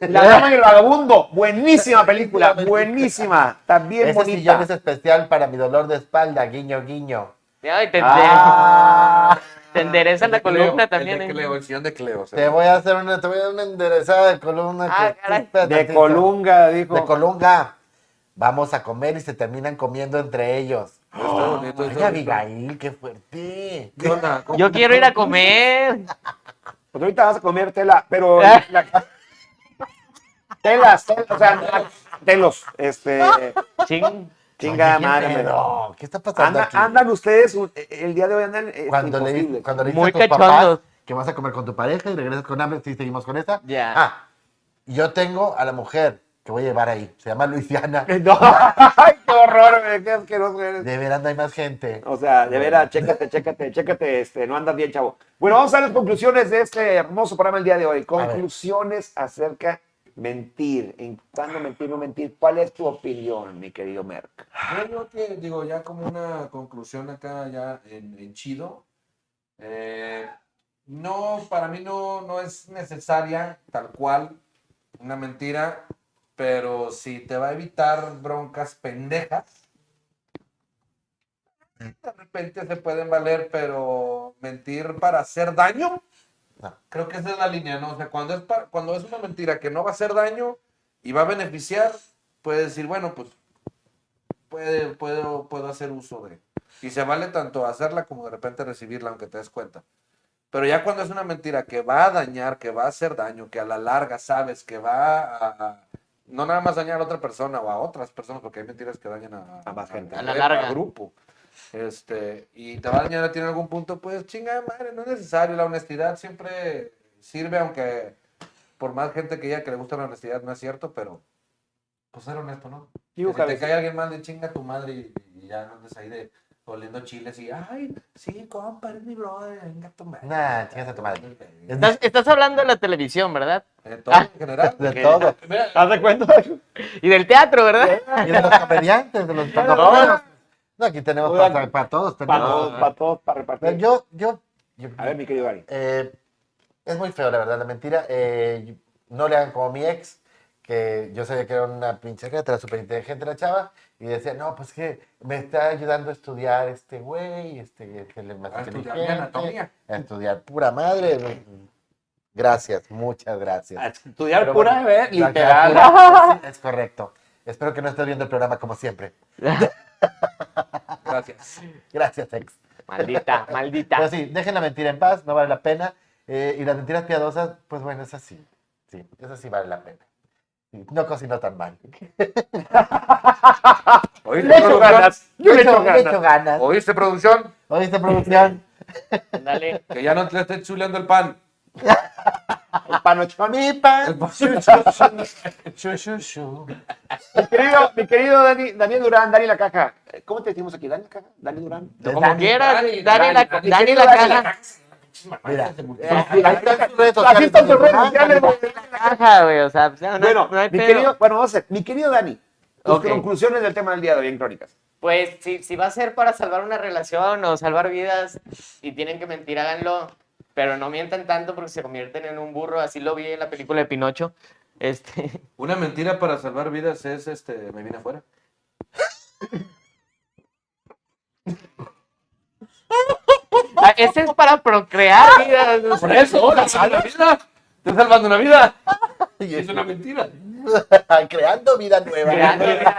La dama y el vagabundo. Buenísima película. Buenísima. También
Ese
bonita.
sillón es especial para mi dolor de espalda, guiño, guiño.
Ay, te,
Ah.
te enderezan la
El de Cleo,
columna
el
también.
de
¿eh?
Cleo, el sillón de Cleo. o sea.
Te voy a hacer una, te voy a dar una enderezada de columna.
Ah,
que-
caray.
espérate,
De
tantito.
Colunga, dijo.
De Colunga. vamos a comer y se terminan comiendo entre ellos.
Está bonito,
Ay,
está bonito.
Abigail, qué fuerte.
¿Qué onda? ¿Cómo-
Yo quiero ir a comer.
Pues ahorita vas a comer tela, pero. la- Telas, tel- o sea, la- telos. Este.
Ching.
Chinga
Oye,
madre.
pero, ¿Qué está pasando
Anda-
aquí?
Andan ustedes, un- e, el día de hoy andan. este,
cuando le,
imposibles.
di- cuando le dices
Muy
a tus
cachondos.
papás que vas a comer con tu pareja y regresas con hambre, sí, seguimos con esta.
Ya.
Ah, yo tengo a la mujer que voy a llevar ahí. Se llama
*laughs*
Luisiana.
No, ay, qué horror, güey, qué asqueroso eres.
De veranda hay más gente.
O sea, de veras, chécate, chécate, chécate, este, no andas bien, chavo. Bueno, vamos a las conclusiones de este hermoso programa el día de hoy.
ver.
Conclusiones acerca mentir, en cuándo mentir, no mentir. ¿Cuál es tu opinión, mi querido Merck?
Yo digo que, digo, ya como una conclusión acá, ya en, en chido. eh, no, para mí no, no es necesaria, tal cual, una mentira, pero si te va a evitar broncas pendejas, de repente se pueden valer, pero mentir para hacer daño,
No.
creo que esa es la línea, ¿no? O sea, cuando es, para- cuando es una mentira que no va a hacer daño y va a beneficiar, puedes decir, bueno, pues puede, puedo, puedo hacer uso de. Y se vale tanto hacerla como de repente recibirla, aunque te des cuenta. Pero ya cuando es una mentira que va a dañar, que va a hacer daño, que a la larga sabes que va a, a- no nada más dañar a otra persona o a otras personas, porque hay mentiras que dañan a,
A más gente.
A la larga.
grupo. Este, y te va a dañar a ti en algún punto, pues chinga madre, no es necesario. La honestidad siempre sirve, aunque por más gente que ya que le gusta la honestidad, no es cierto, pero pues ser honesto, ¿no?
Digo,
Que si te
cabeza.
cae alguien mal de chinga tu madre y, y ya no andes ahí de oliendo chiles y ay, sí, compa, eres mi brother, venga tu madre.
Nah, chingas a tu madre. Es
Estás, estás hablando de la televisión, ¿verdad?
De todo en general.
De
*laughs*
todo.
Mira,
¿Haz de cuenta? Y del teatro, ¿verdad?
Y de los comediantes, de
*laughs*
los
todos.
pandoreros. No, aquí tenemos
Oigan,
para, para todos.
Para
tenemos-
todos, para todos, para
Pero
repartir.
Yo, yo, yo-
A ver, mi querido Gary.
eh, es muy feo, la verdad, la mentira. Eh, no le hagan como mi ex, que yo sabía que era una pinche letra súper inteligente la chava, y decía, no, pues que me está ayudando a estudiar este güey, este, este le más
A estudiar Ah, mi
inteligente,
anatomía.
A estudiar pura madre. Gracias, muchas gracias.
A estudiar
Pero
pura,
bueno,
¿eh?
la
literal.
caricatura, sí, es correcto. Espero que no estés viendo el programa como siempre.
Gracias.
Gracias, ex.
Maldita, maldita.
Pero sí, dejen la mentira en paz, no vale la pena. Eh, y las mentiras piadosas, pues bueno, es así. Sí, eso sí vale la pena. Sí, No cocino tan mal.
Le
Oíste,
echo
producción.
ganas. Yo le echo
hecho
ganas.
ganas.
Oíste, producción.
¿Oíste,
*laughs*
producción?
Dale.
Que ya no te estés chuleando el pan.
El panochón.
Mi pan. Shu, shu, shu.
Mi querido, mi querido Dani, Daniel Durán, Dani La Caja. Eh, ¿Cómo te decimos aquí? ¿Dani La Caja? ¿Dani Durán?
Como
Dani,
quieras,
Dani,
Dani, la,
Dani,
Dani
querido
la
Dani La
caja.
Mira. Eh,
Ahí están
sus redes
Así
sociales,
están tus redes
Dani.
sociales, güey.
Caja, güey, o sea, pues, no, no-
Bueno,
no hay
mi
pedo.
querido, bueno, vamos a hacer. Mi querido Dani, tus
Ok.
conclusiones del tema del día de hoy en Crónicas.
Pues si, si va a ser para salvar una relación o salvar vidas y tienen que mentir, háganlo, pero no mientan tanto porque se convierten en un burro, así lo vi en la película de Pinocho. Este, *laughs*
Una mentira para salvar vidas es este. Me vine afuera.
ah, este es para procrear vidas. o sea,
Por eso, te salvando una vida. Te salvando una vida.
*laughs* Y
Es una mentira.
es- *laughs* Creando vida nueva. *laughs*
creando vidas.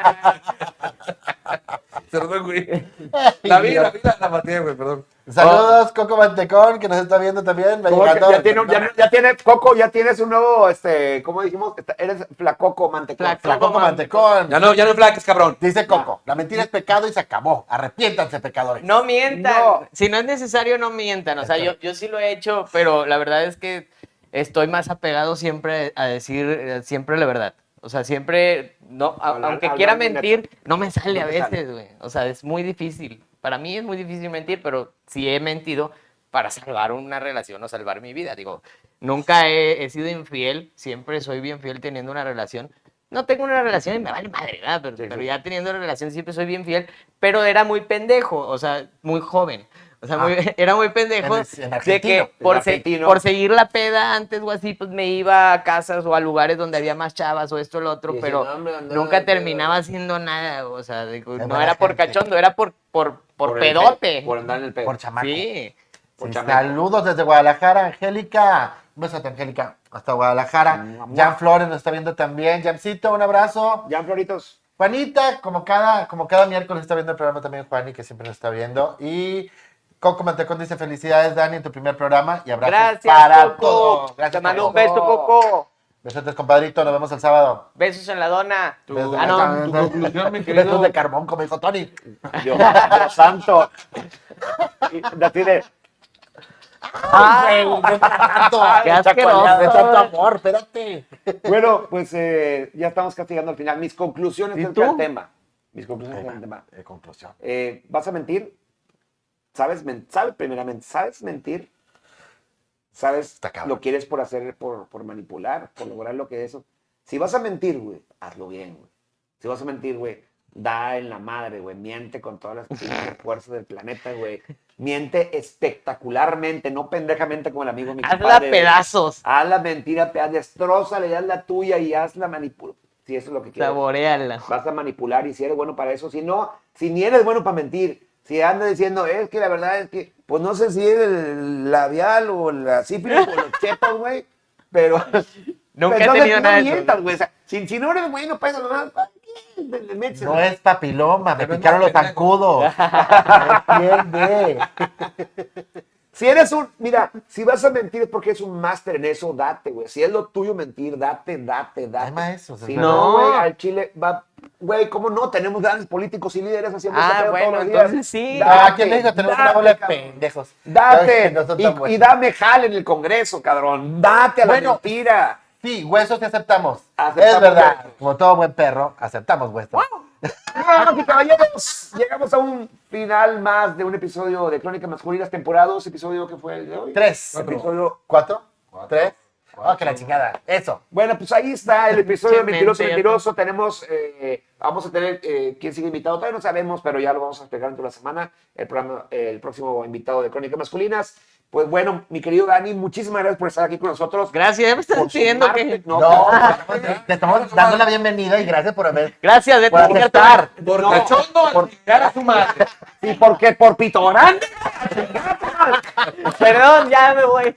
Perdón, güey.
Ay,
La vida, la
Dios.
vida, la maté, güey, perdón.
Saludos, Coco Mantecón, que nos está viendo también. Me
Como que
encantó.
Ya tiene, un- ya, ya tiene, Coco, ya tienes un nuevo, este, ¿cómo dijimos? Esta- Eres flacoco, mantecón.
Flaco.
La Coco Mantecón.
Ya no, ya no flaques, cabrón.
Dice Coco, la mentira es pecado y se acabó. Arrepiéntanse, pecadores.
No mientan.
No.
Si no es necesario, no mientan. O sea, yo, yo sí lo he hecho, pero la verdad es que estoy más apegado siempre a decir eh, siempre la verdad. O sea, siempre, no, a-
Hablar-
aunque
hablar
quiera
de neta.
mentir, no me sale
No
a
te sale.
veces, güey. O sea, es muy difícil. Para mí es muy difícil mentir, pero sí he mentido para salvar una relación o salvar mi vida. Digo, nunca he, he sido infiel, siempre soy bien fiel teniendo una relación. No tengo una relación y me vale madre, ¿verdad? Pero, pero ya teniendo una relación siempre soy bien fiel, pero era muy pendejo, o sea, muy joven. O sea, muy- *laughs* era muy pendejo
Ah. En- en
de
argentino,
que
en
por, se-
argentino.
por seguir la peda antes o así, pues me iba a casas o a lugares donde había más chavas o esto o lo otro,
Sí, sí,
pero
no, hombre, andaba
nunca
de pedo.
terminaba haciendo nada, o sea, digo,
Es
no
buena
era por
gente.
cachondo, era por, por, por,
el
pedote.
pe- Por andar en el pedo.
Por chamaco.
sí.
Sí,
chamaco.
saludos desde Guadalajara, Angélica. Un besote,
Mm,
Angélica. Hasta Guadalajara. Jan Flores nos está viendo también. Jamcito, un abrazo.
Jan Floritos.
Juanita, como cada, como cada miércoles está viendo el programa también Juani, que siempre nos está viendo. Y Coco Mantecón dice, felicidades, Dani, en tu primer programa. Y abrazos
Gracias,
para
Coco.
todos.
Te
Gracias,
mando
Coco.
un beso, Coco.
Besotes, compadrito. Nos vemos el sábado.
Besos en la dona.
Besos-
Ah, no.
Tu
*laughs*
conclusión, mi
Besos
querido.
de carbón, como dijo Tony.
Dios, Dios santo. Y así de,
Ay, Qué
De tanto
asqueroso.
amor, espérate.
bueno, pues eh, ya estamos casi llegando al final. Mis conclusiones
¿Y tú?
acerca del tema. Mis conclusiones acerca del tema.
Eh, conclusión.
Eh, ¿Vas a mentir? ¿Sabes, men- sabes primeramente, ¿sabes mentir? ¿Sabes
Está cabrón.
lo quieres por hacer, por, por manipular, por lograr lo que es eso? Si vas a mentir, güey, hazlo bien, güey. Si vas a mentir, güey, da en la madre, güey. Miente con todas
*laughs*
las pinches fuerzas del planeta, güey. Miente espectacularmente, no pendejamente como el amigo de mi
*laughs* Hazla
compadre, güey.
pedazos.
Haz la mentira, peda, destroza, le das la tuya y haz la manipulación. Si eso es lo que quieres
Saboreala.
vas a manipular y si eres bueno para eso, si no, si ni eres bueno para mentir, si andas diciendo, es que la verdad es que, pues no sé si es el labial o la sífilis o los chetos, güey, pero...
*laughs* Nunca he
pero no,
tenido
no
nada de eso.
mientas, güey, o sea, si, si no eres bueno para eso, no, ¿para qué te- te metes?
No es papiloma, me
Pero no,
picaron los
pendejo.
*laughs*
zancudos. ¿Me entiende?
Si eres un, mira, si vas a mentir es porque eres un máster en eso, date, güey. Si es lo tuyo mentir, date, date, date.
Hay maestros, es
Si
verdad.
no,
No.
güey, al Chile va, güey, ¿cómo no? Tenemos grandes políticos y líderes haciendo
Ah,
ese pedo
bueno,
todos los días.
entonces sí.
Ah, Aquí en México tenemos una
date,
bola de
cabrón.
pendejos.
Date
Que no son tan
y, y
buenos.
dame jale en el Congreso, cabrón. Date a la
Bueno.
mentira.
Sí, huesos te aceptamos.
Aceptamos
es verdad.
huesos.
Como todo buen perro, aceptamos huesos.
Bueno, y caballeros, llegamos a un final más de un episodio de Crónicas Masculinas, temporada 2, episodio que fue el de hoy.
Tres.
Episodio-
¿Cuatro? ¿Tres? Oh, que la chingada. Eso.
Bueno, pues ahí
*laughs*
está el episodio
Qué
de Mentiroso
mente,
Mentiroso. Tenemos, eh, vamos a tener eh, quién sigue invitado. Todavía no sabemos, pero ya lo vamos a explicar durante la semana. El, programa, el próximo invitado de Crónicas Masculinas. Pues bueno, mi querido Dani, muchísimas gracias por estar aquí con nosotros.
Gracias, ya me estás
Por
pidiendo
sumarte.
que.
No,
No, *laughs*
no,
te estamos dando la bienvenida y gracias por haber. *laughs*
Gracias, vete
Por
a chingar tu
aceptar.
madre.
Por
No,
cachondo,
por-
al chingar a su madre.
¿Y por qué? ¿Por pitorán?
Perdón, ya me voy.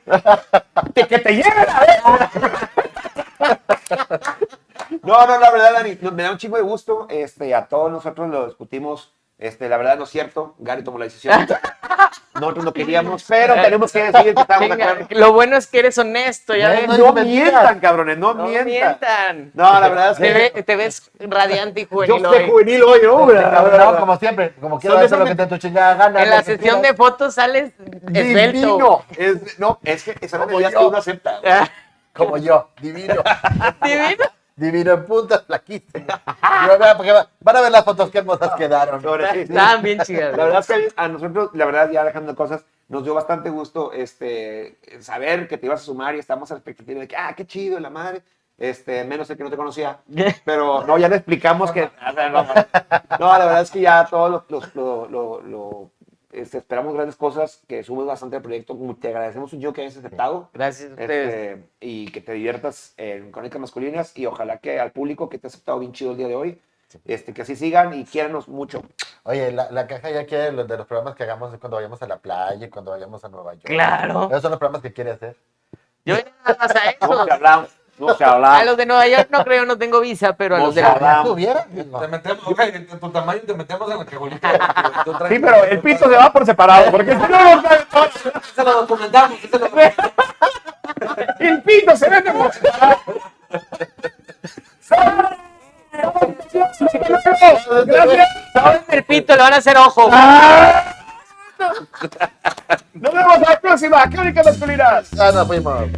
¡Que, que te lleven a ver! No, no, la verdad, Dani, no, me da un chingo de gusto. Este, a todos nosotros lo discutimos. Este, la verdad no es cierto. Gary tomó la
*laughs*
decisión. Nosotros no queríamos, pero tenemos que decir que estamos de
Venga,
acuerdo.
Lo bueno es que eres honesto, ya
No,
ves.
no
Eh, No
mentiras.
mientan, cabrones, no,
No
mientan.
mientan.
No, la verdad es
Te,
que
ve- te ves radiante y
yo
juvenil.
soy
hoy.
juvenil hoy, ¿no? La verdad,
No, como siempre, como quiero
Son
hacer lo que te dé tu chingada gana.
En la sesión de fotos sales esbelto.
Divino.
es- no, es que esa
Como
medida es
yo.
que uno acepta.
Como yo, divino.
*laughs* Divino.
Divino en puntas, *laughs* flaquísimo. Yo, vea, porque va- Van a ver las fotos que hermosas quedaron.
Ahora sí.
Estaban bien chidas.
La verdad es que a nosotros, la verdad, ya dejando cosas, nos dio bastante gusto este, saber que te ibas a sumar y estamos a la expectativa de que, ah, qué chido, la madre. Este, menos el que no te conocía. Pero no, ya le explicamos que. o sea, *laughs* No, no, la verdad es que ya todos los. los- lo- lo- lo- este, esperamos grandes cosas, que subes bastante al proyecto. Te agradecemos un chingo que hayas aceptado.
Gracias a ustedes.
Este, y que te diviertas en Crónicas Masculinas y ojalá que al público que te ha aceptado bien chido el día de hoy, este, que así sigan y quiéranos mucho.
Oye, la, la caja ya quiere los de los programas que hagamos cuando vayamos a la playa y cuando vayamos a Nueva York.
Claro.
Esos son los programas que quiere hacer.
Yo ya nada más a
No
eso.
se hablamos, no se
A
hablamos.
los de Nueva York no creo, no tengo visa, pero a
No
los de
se
la
habla.
¿Ya
Vamos.
tuviera?
Te metemos, güey, en tu tamaño te metemos en la
*laughs*
cajolita. Tú
Sí,
tranquilo,
pero el
tú
pito se va por separado, porque si no, no, no,
tranquilo. *laughs* Se lo documentamos, se lo
el pito se vende por separado. Gracias.
Saben el pito, le van a hacer ojo.
Nos vemos a la próxima. Crónicas masculinas.
Ah, no, fuimos.